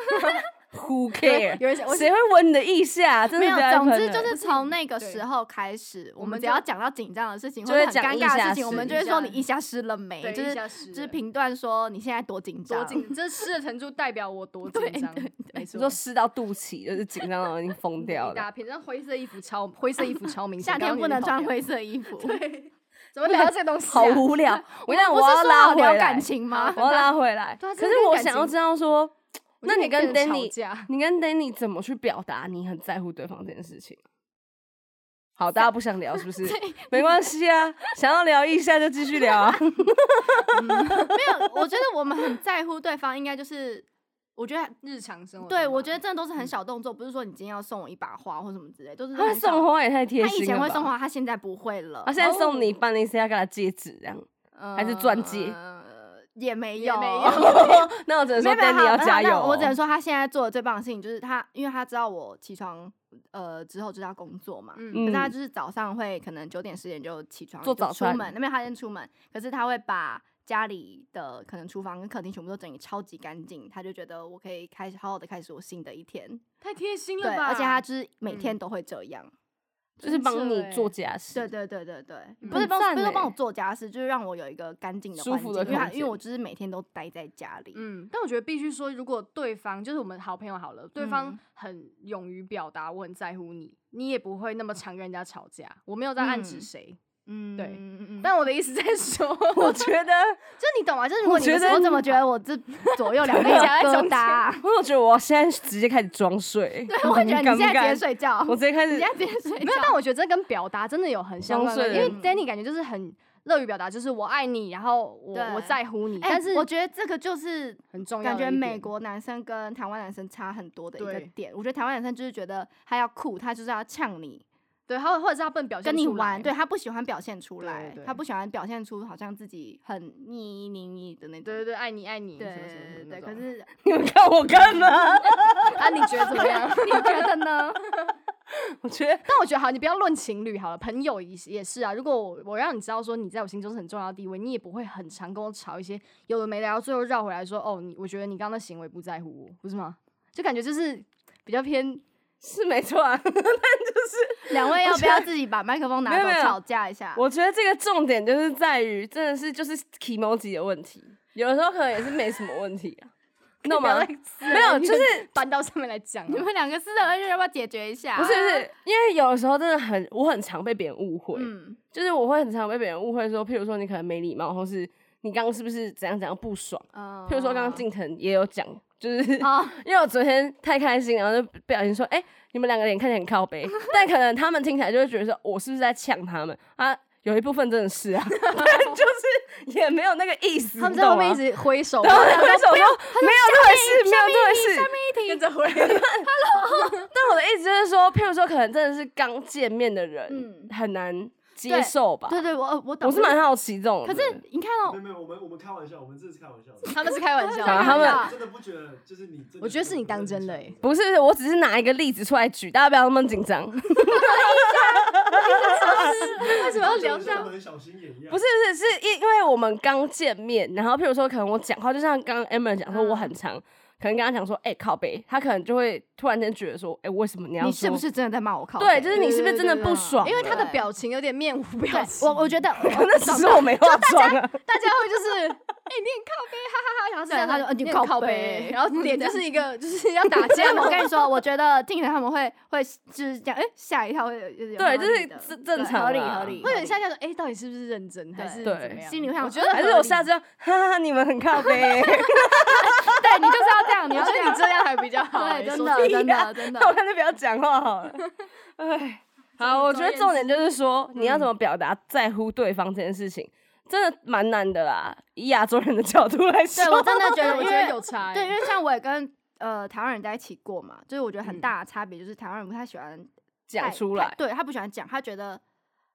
S3: Who
S1: [LAUGHS]
S3: care？
S1: 有人想，我
S3: 谁会闻你的腋下？真
S2: 没
S3: 的
S2: 有
S3: 觉得，
S2: 总之
S3: 很
S2: 就
S3: 可能
S2: 是从那个
S1: 对
S2: 时候开始，我
S1: 我
S2: 们
S1: 们
S2: 只
S1: 就
S2: 要讲到紧张的事情
S3: 就
S2: 或者
S3: 会
S2: 很
S3: 讲
S2: 尴
S3: 一
S2: 尬的
S3: 下
S2: 事情，我
S3: 是
S2: 们就
S1: 一
S2: 会说
S1: 下
S2: 你一下湿了没，
S1: 对，
S2: 就
S1: 一
S2: 是
S1: 下
S2: 就
S1: 湿
S2: 是
S1: 了
S2: 评断说你现在多紧张，
S1: 多紧，这湿的程度代表我多紧张，没
S3: 你
S1: 错
S3: 说。湿到肚脐，就是紧张到已经疯掉
S1: 一
S3: 了。
S1: 大片，然后灰色衣服超灰色衣服超明显，
S2: 夏天
S1: 刚
S2: 不
S1: 刚有
S2: 能
S1: 点
S2: 穿
S1: 跑
S2: 灰色
S1: [LAUGHS]
S2: 衣服。
S1: 掉。对，怎么聊到这个东西、啊？
S3: 好无聊，
S2: [LAUGHS]
S3: 我让
S2: 不
S3: 我
S2: 是
S3: 要
S2: 说
S3: 拉
S2: 好
S3: 回
S2: 聊
S3: 来，
S2: 感情吗？
S3: 我要拉回来。
S1: 对啊
S3: 可
S1: 这
S3: 是
S1: 跟
S3: 我
S1: 感
S3: 想要
S1: 情
S3: 知道说，
S1: 我
S3: 那
S1: 就
S3: 你
S1: 可以
S3: 跟
S1: 变成
S3: Danny
S1: 吵架
S3: 你跟 Danny 怎么去表达你很在乎对方这件事情？好，大家不想聊是
S2: [LAUGHS]
S3: 不是？没关系啊，想要聊一下就继续
S2: [LAUGHS]
S3: 聊啊。
S2: [LAUGHS] 没有，我觉得我们很在乎对方，应该就是我觉得。
S1: 日常生活中啊吧。
S2: 对，我觉得真的
S1: 嗯
S2: 都是很小动作，不是说你今天要送我一把花或什么之类，都是
S3: 他
S2: 很小
S3: 送。花也太贴
S2: 他
S3: 心了
S2: 以前会
S3: 吧
S2: 送，花，他现在不会了
S3: 他。现在送你半年是要给他戒指这样。还是钻戒
S2: 呃也没
S1: 也
S2: 有，
S1: 没
S3: 那我只能说
S2: 没有没有
S3: Danny
S2: 好
S3: 要
S2: 那
S3: 加
S2: 那
S3: 油哦。
S2: 我只能说他现在做的最棒的事情就是他，因为他知道我起床呃之后就是要工作嘛，
S1: 嗯
S2: 可是
S3: 嗯
S2: 他就是早上会可能九点十点就起床
S3: 做
S2: 就
S3: 早
S2: 出
S3: 餐
S2: 门，那边他先出门，可是他会把家里的可能厨房跟客厅全部都整理超级干净，他就觉得我可以开始好好的开始我新的一天，
S1: 太贴心
S2: 对，
S1: 了吧？
S2: 而且他就是每
S1: 嗯
S2: 天都会这样，
S3: 就是帮
S1: 真的
S3: 你
S1: 欸
S3: 做家事。
S2: 对对对对对，
S1: 嗯
S2: 不是
S3: 很
S2: 帮
S3: 赞
S2: 不是说帮我
S3: 欸
S2: 做家事，就是让我有一个干净的
S3: 舒
S2: 环
S3: 服
S2: 境，
S3: 的
S2: 因为他
S3: 空
S2: 因为我
S3: 间
S2: 就是每天都待在家里，
S1: 嗯，但我觉得必须说，如果对方就是我们好朋友好了，对
S2: 嗯
S1: 方很勇于表达我很在乎你，你也不会那么常跟人家吵架。我没有在暗指
S2: 嗯
S1: 谁，
S2: 嗯，
S1: 对
S2: 嗯嗯嗯
S1: 但我的意思在
S2: [LAUGHS]
S1: 说，
S3: 我觉得，
S2: 就你懂吗？就是如果
S3: 我
S2: 你
S3: 觉
S2: 不是
S3: 得
S2: 我怎么觉得我这左右两边有
S1: 夹在
S2: 疙
S1: 中间
S2: 瘩啊？
S3: 我觉得我现在直接开始装睡。
S2: 对，我会觉得你
S3: 敢不
S2: 现在直接
S3: 敢
S2: 睡觉，
S3: 我直接开
S2: 你
S3: 始
S2: 现在直接睡觉。
S1: 没有，但我觉得这跟表达真的有很相
S3: 装
S1: 关的，因
S3: 睡
S1: 为
S2: 人
S1: Danny 感觉就是很乐于表达，就是我爱你，然后我
S2: 对
S1: 我在乎你，
S2: 哎
S1: 但是
S2: 我觉得这个就是
S1: 很重要的
S2: 感
S1: 一
S2: 觉
S1: 点。
S2: 美国男生跟台湾男生差很多的一个
S1: 对
S2: 点。我觉得台湾男生就是觉得他要酷，他就是要呛你，
S1: 对，还有或者是他笨表现
S2: 跟你
S1: 出来
S2: 玩，对，他不喜欢表现出来，
S1: 对对
S2: 他不喜欢表现出好像自己很腻腻腻的那种。
S1: 对对对，爱你爱你，
S2: 对
S1: 什么什么什
S2: 对
S1: 么
S2: 对，
S1: 那
S2: 可
S1: 种
S2: 是
S3: 你们看我干嘛？ [LAUGHS]
S1: [LAUGHS] 啊，你觉得怎么样？
S2: [LAUGHS] 你觉得呢？
S3: 我觉得
S1: [LAUGHS] 但我觉得好，你不要论情侣好了，朋友也是也是啊。如果我我让你知道说你在我心中是很重要的地位，你也不会很常跟我吵一些有的没的，然后最后绕回来说哦，你我觉得你刚刚的行为不在乎我，不是吗？就感觉就是比较偏
S3: 是没错啊，但就是
S2: 两位要
S3: 我
S2: 不
S3: 觉
S2: 要
S3: 得
S2: 自己把麦克风拿
S3: 没有没
S2: 走
S3: 有
S2: 吵架一下？
S3: 我觉得这个重点就是在于，真的是就是 emoji 的问题，有的时候可能也是没什么问题
S1: [LAUGHS]
S3: 啊，你懂吗？没有就是
S1: 搬到上面来讲啊、
S2: 你们两个私人恩怨要不要解决一下？
S3: 不是不是，因为有的时候真的很，我很常被别人误会，
S2: 嗯，
S3: 就是我会很常被别人误会说，譬如说你可能没礼貌，或是你刚刚是不是怎样怎样不爽，
S2: 譬
S3: 譬如说刚
S1: 哦
S3: 刚静腾也有讲，就是 [LAUGHS]
S2: 啊，
S3: 因为我昨天太开心，然后就不小心说，哎、你们两个脸看起来很
S1: [LAUGHS]
S3: 靠背，但可能他们听起来就会觉得说我是不是在呛他们啊？有一部分真的是啊， [LAUGHS] 但就是也没有那个意思，
S1: 他们在后面一
S3: 你懂吗。
S1: 直挥手，
S3: 然后他们说没有这回事，没有这回事。
S1: 跟着挥。
S3: 但我的意思就是说，譬如说，可能真的是刚见面的人
S2: 嗯，
S3: 很难接
S2: 对
S3: 受吧。
S2: 对对，我我懂。
S3: 我是蛮好奇这种
S2: 可
S3: 的。
S2: 是你看
S4: 没
S2: 哦
S4: 有，没有，我们我们开玩笑，我们这是开玩笑的。
S1: 他们是开玩笑，
S3: 啊他们
S4: 真的不觉得，就是你真的，
S1: 我觉得是你当真了欸
S3: 不是，我只是拿一个例子出来举，大家 [LAUGHS] 不要那么紧张。
S1: 为什么要聊这
S4: 他
S1: 样？
S4: 们很小心眼一样。
S3: 不是，是是因因为我们刚见面，然后譬如说，可能我讲话，就像刚刚 Emma 讲说，
S1: 嗯
S3: 我很长，可能跟他讲说，哎、靠背，他可能就会突然间觉得说，哎、为什么你要
S2: 你是不
S3: 说？
S2: 是真的在骂我靠
S3: 对，
S2: 背？
S3: 就是你是不是真的不爽？
S1: 因为他的
S2: 对
S1: 表情有点面无表
S2: 对
S1: 情，
S2: 我我觉得
S3: [LAUGHS] 那只是我没化妆啊，
S1: 大家会就是，哎、你很靠背，哈哈哈，然后这
S2: 对
S1: 样
S2: 他
S1: 的
S2: 就呃你
S1: 很
S2: 靠
S1: 靠
S2: 背
S1: 背，然后脸就是一个就是要打
S2: 我
S1: 架
S2: 觉，得我跟你说，我觉得定然他们会会就是这样，哎，吓一跳会有有点合
S3: 对就是
S2: 理的
S3: 正正
S2: 对
S3: 常
S2: 合理
S3: 啦
S2: 合理，
S1: 会有点
S2: 合
S1: 吓一跳说，哎、到底是不是认真还是
S2: 对
S1: 怎么样？
S2: 心里会想
S1: 我觉得
S3: 还是我下次要，哈哈哈，你们很靠背， [LAUGHS]
S2: 理对你就是要这样，你
S1: 我
S2: 要
S1: 觉
S2: 这
S1: 得你
S2: 样，
S1: 这样还比较 [LAUGHS] 好、
S2: 对，
S1: 欸，
S2: 真
S1: 说
S2: 的
S1: 真
S2: 真的真
S3: 那我
S2: 的，
S3: 干脆不要讲话
S2: [LAUGHS]
S3: 好了。哎，好，我觉得重点就是说，你
S2: 嗯
S3: 要怎么表达在乎对方这件事情，真的蛮难的啦。以亚洲人的角度来说，
S2: 对我真的觉
S1: 的
S2: 得，
S1: 我
S2: 因
S1: 觉
S2: 为
S1: 得有差、欸，
S2: 对，因为像我也跟呃台湾人在一起过嘛，就是我觉得
S1: 嗯
S2: 很大的差别就是台湾人不太喜欢
S3: 讲
S2: 太
S3: 出
S2: 太
S3: 来，
S2: 对他不喜欢讲，他觉得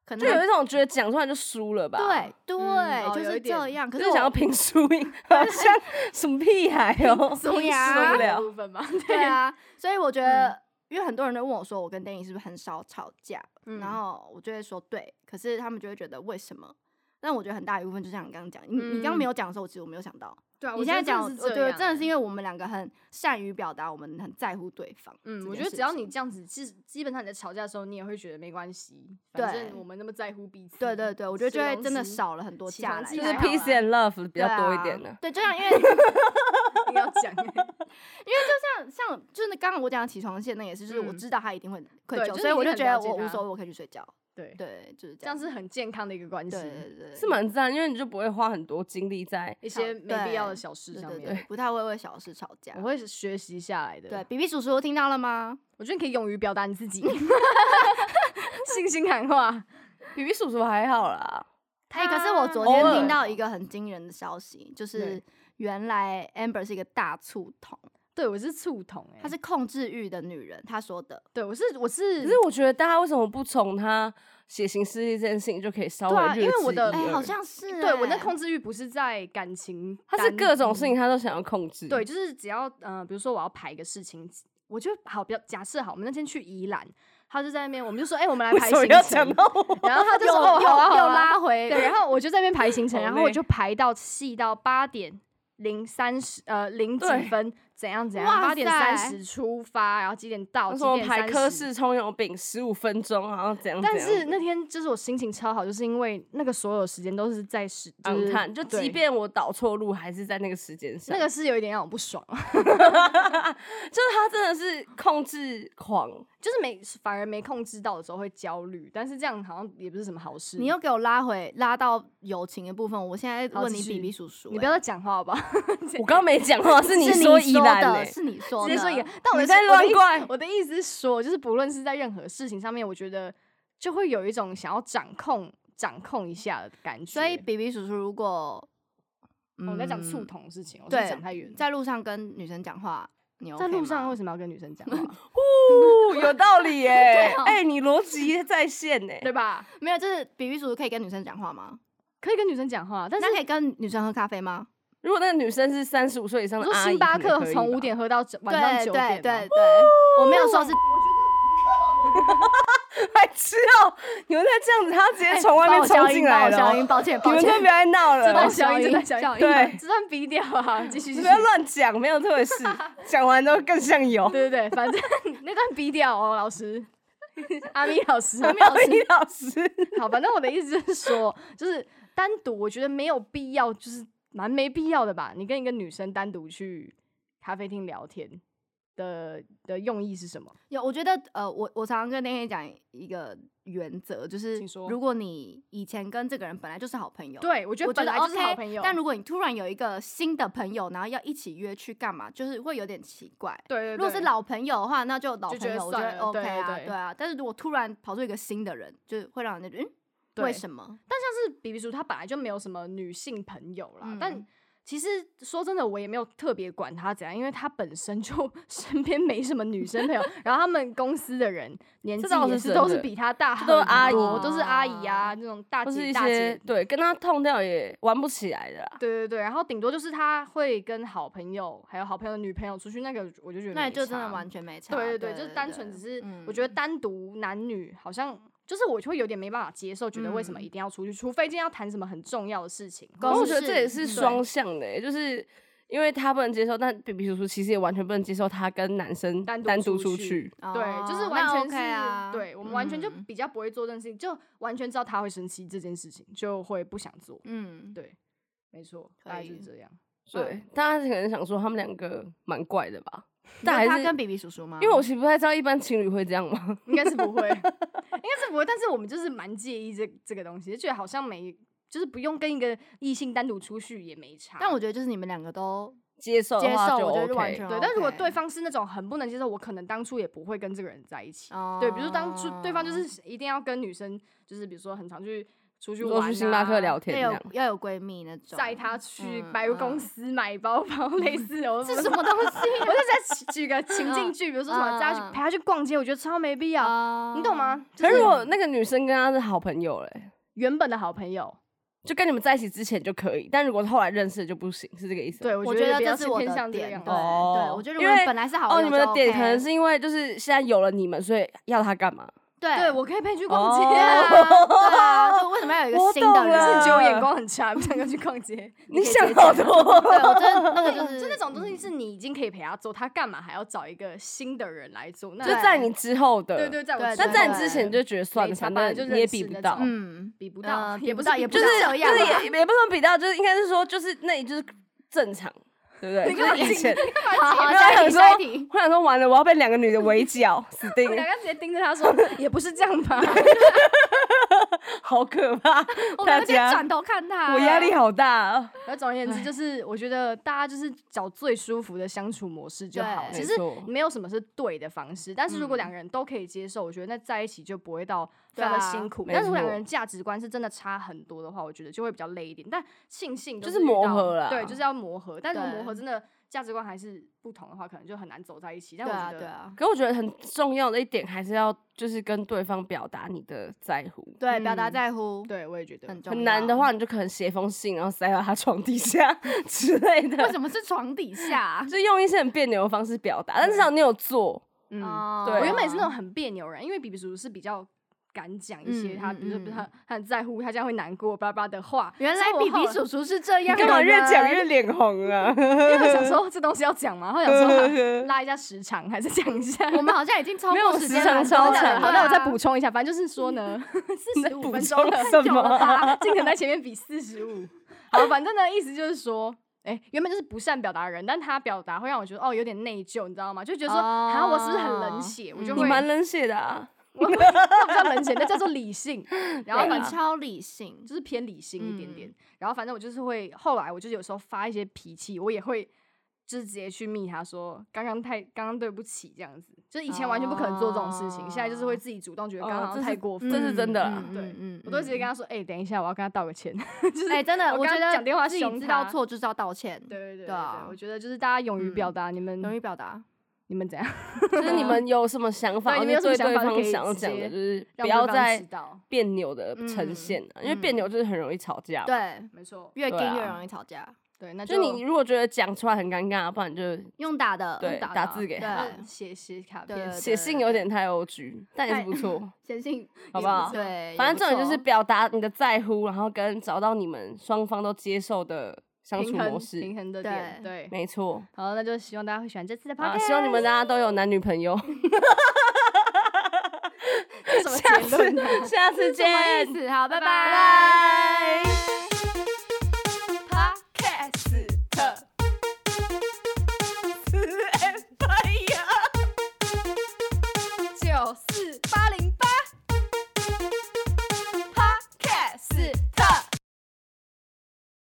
S2: 可能
S3: 就有一种觉得讲出来就输了吧。
S2: 对对、
S1: 嗯哦
S2: 就
S1: 有
S2: 是
S1: 一点
S2: 这样。可
S3: 就是是想要
S2: 我
S3: 拼输
S2: [LAUGHS]
S3: 赢，好像什么屁孩哦、
S2: 对呀
S3: 受不了
S2: [LAUGHS]
S1: 部分嘛， [LAUGHS]
S2: 对啊，所以我
S1: 嗯
S2: 觉得，因为很多人都问我说，我跟 Danny 是不是很少吵架？
S1: 嗯 [LAUGHS]
S2: 然后我就会说对，可是他们就会觉得为什么？但我觉得很大一部分就像你刚刚讲，你、你刚刚
S1: 嗯
S2: 没有讲的时候，其实我没有想到，
S1: 对啊，
S2: 你
S1: 我
S2: 现
S1: 觉
S2: 在
S1: 得
S2: 讲，我
S1: 真的是
S2: 对
S1: 这
S2: 我
S1: 样
S2: 真的
S1: 欸
S2: 是因为我们两个很善于表达，我们很在乎对方这件
S1: 嗯，
S2: 事情。
S1: 我觉得只要你这样子，基基本上你在吵架的时候，你也会觉得没关系，反
S2: 对
S1: 正我们那么在乎彼此。
S2: 对对对，我觉得就
S1: 水
S2: 会
S1: 龙
S2: 真的
S1: 石
S2: 少了很多
S1: 起
S2: 架
S1: 床
S2: 来
S1: 气
S2: 的
S3: 就
S1: 还
S3: 是
S2: 对啊。
S1: 好
S3: peace and love 比较多
S1: 啊
S3: 一点的。
S2: 对，
S1: [LAUGHS]
S2: 啊就像因为因
S1: 一定 [LAUGHS] 要讲欸，
S2: 为像像就是刚刚我讲的起床线，那也是，就是我
S1: 嗯
S2: 知道他一定会愧
S1: 对
S2: 疚，
S1: 就是
S2: 所以
S1: 你已经
S2: 我就
S1: 很
S2: 觉
S1: 了
S2: 得
S1: 解
S2: 我无
S1: 他
S2: 所谓，我可以去睡觉。
S1: 对，
S2: 对，就是这
S1: 这样
S2: 样。
S1: 是很健康的一个关系
S2: 对，对对，
S3: 是蛮自然，因为你就不会花很多精力
S2: 嗯
S3: 在
S1: 一些没必要的
S2: 对
S1: 小事
S2: 对
S1: 上
S2: 对
S1: 面
S2: 对，，不太会为小事吵架
S1: 我。会学习下来的。
S2: 对，，B B 叔叔听到了吗？
S1: 我觉得你可以勇于表达你 [LAUGHS] 自己，信心喊话。
S3: 比比叔叔还好啦，
S2: 哎，可是我昨
S3: 偶
S2: 天
S3: 尔
S2: 听到一个很惊人的消息，就是
S1: 啊对
S2: 原来 Amber 是一个大醋桶，
S1: 对我是醋桶哎，
S2: 她是控制欲的女人，她说的。
S1: 对我是我是
S2: 嗯
S3: 可是我觉得大家为什么不从他写行事历这件事情就可以稍
S1: 对啊
S3: 微略
S1: 因为
S3: 知
S1: 我的
S3: 一
S2: 哎、
S3: 二
S2: 好像是、
S1: 对我那
S2: 哎
S1: 控制欲不是在感情
S3: 他
S1: 单一，
S3: 是各种事情他都想要控制，
S1: 对，，就是只要呃，比如说我要排一个事情，我就好，比较假设好，我们那天去宜兰，他就在那边，我们就说，哎、我们来
S3: [LAUGHS] 为
S1: 排
S3: 什么
S1: 行
S3: 要讲
S1: 程。
S3: 到我？
S1: 然后 [LAUGHS] 他就
S2: 又
S1: 说，哦，
S2: 又
S1: 好啊，好
S2: 又
S1: 啊
S2: 拉回，
S1: 对，然后我就在那边排行程，
S3: 好
S1: 然后我
S3: 累
S1: 就排到细到八点零三十，呃，零几
S3: 对
S1: 分，怎样怎样，
S2: 哇
S1: 八点三
S2: 塞
S1: 十出发，然后几点到，
S3: 什
S1: 几
S3: 么
S1: 点
S3: 排
S1: 三
S3: 科
S1: 十
S3: 室葱油饼十五分钟，好像怎样怎样
S1: 但
S3: 子？
S1: 是那天就是我心情超好，就是因为那个所有时间都是在时，就
S3: 昂
S1: 是
S3: 探，就即
S1: 对
S3: 便我导错路，还是在那个时间上。
S1: 那个是有一点让我不爽，啊
S3: 就是他真的是控制狂，
S1: 就是没反而没控制到的时候会焦虑，但是这样好像也不是什么好事。
S2: 你又给我拉回拉到友情的部分，我现在
S1: 嗯好
S2: 问
S1: 继
S2: 你
S1: 续
S2: 比比叔叔、
S1: 你不要再讲话好不 [LAUGHS] 好？
S3: 我刚刚没讲话，是
S2: 哎
S3: 你
S2: 是
S3: 说
S2: 你
S3: 宜
S2: 说
S3: 兰
S2: 的，
S3: 欸
S2: 是你说
S1: 直
S2: 的，
S1: 接说也，但我
S3: 你
S1: 的
S3: 在
S1: 是
S3: 乱怪
S1: 我的意思。我的意思是说，就是不论是在任何事情上面，我觉得就会有一种想要掌控、掌控一下的感觉。
S2: 所以比比叔叔如果、
S1: 哦我在讲触
S2: 嗯
S1: 痛的事情，我是不是
S2: 对
S1: 讲太远了。
S2: 在路上跟女生讲话，你 OK
S1: 在路上
S2: 吗
S1: 为什么要跟女生讲
S3: [LAUGHS]
S1: 话？
S3: 哦，有
S1: [LAUGHS]
S3: 道理耶、欸！
S2: 哦
S3: 哎、你逻辑在线欸呢、
S1: 啊对吧？
S2: 没有，就是比比叔叔可以跟女生讲话吗？
S1: 可以跟女生讲话，但是
S2: 那可以跟女生喝咖啡吗？
S3: 如果那个女生是三十五岁以上
S1: 我
S3: 的
S1: 说
S3: 阿姨，
S1: 星巴
S3: 可能
S1: 克
S3: 可以
S1: 从
S3: 吧
S1: 五，点喝到九晚上
S2: 对
S1: 九
S2: 对
S1: 点，
S2: 对
S1: 对，
S2: 对，我没有说是
S3: 白痴哦、你们再这样子，他直
S2: 哎
S1: 哎
S3: 接 [LAUGHS] 从外面冲进来了
S2: 小
S3: 哦、
S2: 音，抱歉
S3: [LAUGHS] 你
S2: 抱
S3: 们
S2: 歉
S3: 就。别再闹了
S1: 这段
S3: 哦、
S1: 小音，这
S2: 小
S1: 段小
S2: 音
S1: 音，
S3: 对
S1: 这段逼调啊，继续
S3: 你
S1: 继
S3: [LAUGHS] 不
S1: 续
S3: 要。乱讲，没有特别事，讲完之后更像有。
S1: 对对对，反正那段逼调哦，老师，阿咪老师，
S3: [LAUGHS] 李老师，
S1: 好，反正我的意思就是说，就是单独，我觉得没有必要，就是蛮没必要的吧。你跟一个女生单独去咖啡厅聊天的的用意是什么？
S2: 有，我觉得呃，我我常常跟那天讲一个原则，就是
S1: 请说
S2: 如果你以前跟这个人本来就是好朋友，
S1: 对，我觉
S2: 我
S1: 得
S2: 觉
S1: 本
S2: 得
S1: 来
S2: OK，
S1: 就是好朋友，
S2: 但如果你突然有一个新的朋友，然后要一起约去干嘛，就是会有点奇怪。
S1: 对对对，
S2: 如果是老朋友的话，那就老
S1: 就
S2: 朋
S1: 觉得
S2: 友，我觉
S1: 算
S2: 得
S1: 了
S2: OK
S1: 对
S2: 啊，
S1: 对
S2: 对啊。但是如果突然跑出一个新的人，就会让人家觉得嗯，
S1: 对
S2: 为什么？
S1: 但像是比比叔，他本来就没有什么女性朋友啦。
S2: 嗯
S1: 但其实说真的，我也没有特别管他怎样，因为他本身就 [LAUGHS] 身边没什么女生朋友，然后他们公司的人年纪
S3: 这倒
S1: 也
S3: 是
S1: 是
S3: 真
S1: 都
S3: 的
S1: 是比他大很
S3: 都是阿姨
S1: 多都是阿姨啊，那种大
S3: 或是
S1: 姐
S3: 一
S1: 大
S3: 些
S1: 姐。哦
S3: 对跟他痛掉也玩不起来的啦。
S1: 对对对，然后顶多就是他会跟好朋友，还有好朋友的女朋友出去，那个我就觉得
S2: 那
S1: 没
S2: 也就真的
S1: 差
S2: 完全没差。
S1: 对对
S2: 对
S1: 对，就是单纯只是我
S2: 得
S1: 觉得单独男女好像就是我就会有点没办法接受，觉得为什么一定要出去，除非今天要谈什么很重要的事情。
S2: 嗯公
S3: 我觉得
S2: 事
S3: 这也是
S2: 嗯
S3: 双向的、欸，就是因为他不能接受，但比比叔叔其实也完全不能接受他跟男生
S1: 单独
S3: 单独
S1: 出
S3: 出
S1: 去
S3: 去。
S1: 对，就是
S2: 哦
S1: 完
S2: 那
S1: 全
S2: OK
S1: 是、
S2: 啊
S1: 对我们完全就
S2: 嗯
S1: 比较不会做这件事情，就完全知道他会生气这件事情，就会不想做。
S2: 嗯，
S1: 对，没错，
S2: 可
S1: 大概是
S2: 以
S1: 这样。
S3: 对，大家可能想说他们两个蛮怪的吧，
S2: 你
S3: 但
S2: 说
S3: 还
S2: 他
S3: 是
S2: 跟比比叔叔吗？
S3: 因为我其实不太知道一般情侣会这样
S1: [LAUGHS]
S3: 吗？
S1: 应该是不
S2: [LAUGHS]
S1: 会，应该是不会。但是我们就是蛮介意这这个东西，就觉得好像没，就是不用跟一个异性单独出去也没差。
S2: 但我觉得就是你们两个都
S3: 接受
S2: 接
S3: 的话
S2: 受，
S3: 就
S2: 我觉得
S3: OK，
S2: 就完全
S1: 对，但如果
S2: 哦 OK
S1: 对方是那种很不能接受，我可能当初也不会跟这个人在一起。
S2: 哦
S1: 对，比如说当初对方就是一定要跟女生，就是比如说很常去出去
S3: 多
S1: 玩、啊，
S3: 去星巴克聊天
S2: 要
S3: 这样
S2: 有。要有闺蜜那种，
S1: 载他去
S2: 嗯
S1: 百货公司买包包，类似的。我
S2: [LAUGHS] 是
S1: 我
S2: 什么东西？
S1: [LAUGHS] 我就在举举个情境
S2: 嗯
S1: 剧，比如说什么，
S2: 嗯
S1: 大家
S2: 嗯
S1: 去陪他去逛街，我觉得超没必要，你懂？
S2: 哦
S1: 吗？
S3: 可
S1: 就是是
S3: 如果那个女生跟他是好朋友欸嘞，
S1: 原本的好朋友，
S3: 就跟你们在一起之前就可以，但如果是后来认识的就不行，是这个意思吗？
S1: 对
S2: 我
S1: 我
S2: 觉
S1: 觉
S2: 得
S1: 比
S2: 这
S1: 较
S2: 是
S1: 是
S2: 我
S1: 偏
S2: 的
S1: 向这个
S2: 点，
S1: 样子。
S2: 对
S3: 哦
S2: 对，我觉得如
S3: 因
S2: 果
S3: 为
S2: 本来是好
S3: 哦，
S2: 友
S3: 你们的
S2: 就
S3: 点可
S2: OK
S3: 能是因为就是现在有了你们，所以要他干嘛？
S2: 对对
S1: [LAUGHS] 对我可以陪你去逛街
S2: 对
S1: 啊。
S2: 啊，对啊，就为什么要有一
S3: 我
S2: 个新的
S3: 懂了
S2: 人？
S1: [LAUGHS] 是只有眼光很差，不想跟去逛
S2: [LAUGHS]
S1: 街。
S3: 你想好
S1: 啊 [LAUGHS]
S3: 多，
S2: 对，我真的那个就
S1: 就是那种东西是你已经可以陪他做，他干嘛还要找一个新的人来做？那
S3: 就在你之后的。
S1: 对对，在我
S2: 对
S1: 之
S3: 那
S1: 后
S3: 在
S2: 对
S3: 你之前你就觉得算了，
S1: 没差
S3: 反
S1: 本来
S3: 正
S1: 就
S3: 你也
S1: 认识
S3: 比不
S1: 那
S3: 到，
S1: 种
S2: 嗯，
S1: 比不
S2: 呃
S1: 到，
S2: 比
S1: 也
S2: 不
S1: 不
S2: 到
S1: 是
S2: 也
S1: 也
S2: 不
S1: 不
S3: 就是是
S1: [LAUGHS]
S2: 这样
S3: 就是
S2: 吧
S3: 也也不能比到，就是应该是说就是那就是正常，对不对？
S1: 你
S3: 就
S1: 干嘛
S3: 是以前
S2: 好好，
S3: 没有
S2: 下一
S3: 想
S2: 题，
S3: 说
S2: 下一题。
S3: 我想说完了，我要被两个女的围剿，死定
S1: 我们
S3: 了
S1: 两，个直接盯着他说，也不是这样吧？
S3: 好可怕！
S1: 我
S3: 大
S1: 们那边
S3: 家
S1: 转头看他，
S3: 我压力。好大哦。
S1: 而总而言
S2: 哎
S1: 之，就是我觉得大家就是找最舒服的相处模式就好了。
S2: 对
S1: 其实
S3: 没错
S1: 没有什么是对的方式，但是如果
S2: 嗯
S1: 两个人都可以接受，我觉得那在一起就不会到非
S2: 对
S1: 常
S2: 啊
S1: 的辛苦。
S3: 没
S1: 但是如果
S3: 错
S1: 两个人价值观是真的差很多的话，我觉得就会比较累一点。但庆幸都
S3: 就是是
S1: 遇到
S3: 磨合啦
S1: 对，就是要磨合。但是
S2: 对
S1: 磨合真的价值观还是不同的话，可能就很难走在一起。但
S2: 对
S1: 我
S2: 啊，
S1: 觉
S2: 对
S1: 得
S2: 啊，
S3: 可我觉得很重要的一点还是要就是跟对方表达你的在乎，
S2: 对，表达
S1: 嗯
S2: 在乎，
S1: 对，我也觉得
S2: 很重要。
S3: 很难的，话你就可能写封信，然后塞到他床底下 [LAUGHS] 之类
S2: 为
S3: 的，
S2: 什么是床底下啊？
S3: 就用一些很别扭的方式表达，但至少你有做。
S1: 嗯
S2: 哦
S3: 对
S1: 我原本也是那种很别扭人，因为比比叔叔是比较敢讲一些
S2: 嗯
S1: 他，
S2: 嗯
S1: 比如说
S2: 嗯
S1: 他他很在乎，他这样会难过巴拉巴拉的话。
S2: 原来
S1: 所以
S2: 比
S1: 我后
S2: 比
S1: [LAUGHS]
S2: 叔叔是这
S3: 你
S2: 样的
S3: 干
S2: 人，
S3: 嘛越讲越脸红啊？
S1: 因为我想
S2: [LAUGHS]
S1: 说这东西要讲嘛，然后想说拉一下时长，还是讲一下。 [LAUGHS]
S2: 我们好像已经超
S3: 没有
S2: 过时间
S3: 时长
S2: 了，
S3: 超
S2: 对啊
S3: 长
S1: 好，那我再补。充一下，反正就是说
S2: [LAUGHS]
S1: 呢，四十五
S3: 补
S1: 分
S3: 充
S1: 钟了，
S3: 什
S1: 久了
S3: 么
S1: 吧？尽可能在前面比四十五。好，反正呢，意思就是说。哎、原本就是不善表达的人，但他表达会让我觉得哦，有点内疚，你知道吗？就觉得说，
S2: 哦
S1: 啊、我是不是很冷血？我就
S2: 嗯
S1: 会
S3: [LAUGHS] 你蛮冷血的
S1: [LAUGHS]
S3: 啊，
S1: 我那不叫冷血，那叫做理性。然
S2: 然后
S1: 后反
S3: 对啊
S2: 你
S1: 正
S2: 超理性，
S1: 就是偏理性一点点。
S2: 嗯
S1: 然后反正我就是会，后来我就是有时候发一些脾气，我也会就是直接去密他说，刚刚太刚刚对不起这样子。就是以前完全不可能做这种事情，现在就是会自己主动觉得刚刚
S3: 哦
S1: 好
S3: 这
S1: 像
S3: 是
S1: 太过分。
S3: 这是真的啦
S2: 嗯
S1: 对
S2: 嗯
S1: 啊我都直接跟他说：“哎、等一下，我要跟他道个歉。
S2: 他，哎，真的，
S1: 我
S2: 我
S1: 刚
S2: 觉得
S1: 讲电话
S2: 自己
S1: 凶
S2: 知
S1: 他，”
S2: 道错就是要道歉
S1: 对对对对
S2: 对啊嗯
S1: 对我觉得就是大家勇于表达，你们
S2: 容易表达，
S1: 你们怎样，
S3: 就是你们有什么想法，
S1: 对
S3: 或
S1: 你
S3: 者
S1: 们有什么
S3: 对
S1: 想
S3: 对
S1: 法就可
S3: 方
S1: 以
S3: 想要
S1: 直
S3: 讲
S1: 接
S3: 的，就是
S1: 让
S3: 不
S1: 对
S3: 要
S1: 方
S3: 再
S1: 知道。
S3: 别扭的呈
S2: 嗯
S3: 现啊，因为
S2: 嗯
S3: 别扭就是很容易吵架。，
S1: 啊
S2: 对，
S1: 没错，
S2: 越
S3: 对
S2: 盯越
S3: 啊
S2: 容易吵架，
S1: 对，那
S3: 就你如果觉得讲出来很尴尬，不然就
S1: 呃
S2: 用打的，
S3: 对
S1: 打的
S3: 打
S1: 啊
S3: 字给
S2: 对
S3: 他，
S1: 就是写写卡
S2: 对
S1: 片，
S3: 写信有点太 O G，但也是
S2: 太
S3: 不
S1: [LAUGHS]
S3: 错，
S2: 显性，
S3: 好不好？
S2: 对，
S3: 反正重点
S2: 也不
S3: 就
S2: 错啊
S3: 是表达你的在乎，然后跟找到你们双方都接受的相处
S1: 平
S3: 模
S1: 衡
S3: 式
S1: 平。衡的点，对。
S3: 没错
S1: 好，那就希望大家会喜欢这次的 podcast、
S3: 啊，希望你们大家都有男女朋友。
S1: 这是什么
S3: 下
S1: 结论啊？
S3: [LAUGHS] 次下次
S2: 什么
S3: 见
S2: 意，思？好，拜
S3: 拜拜。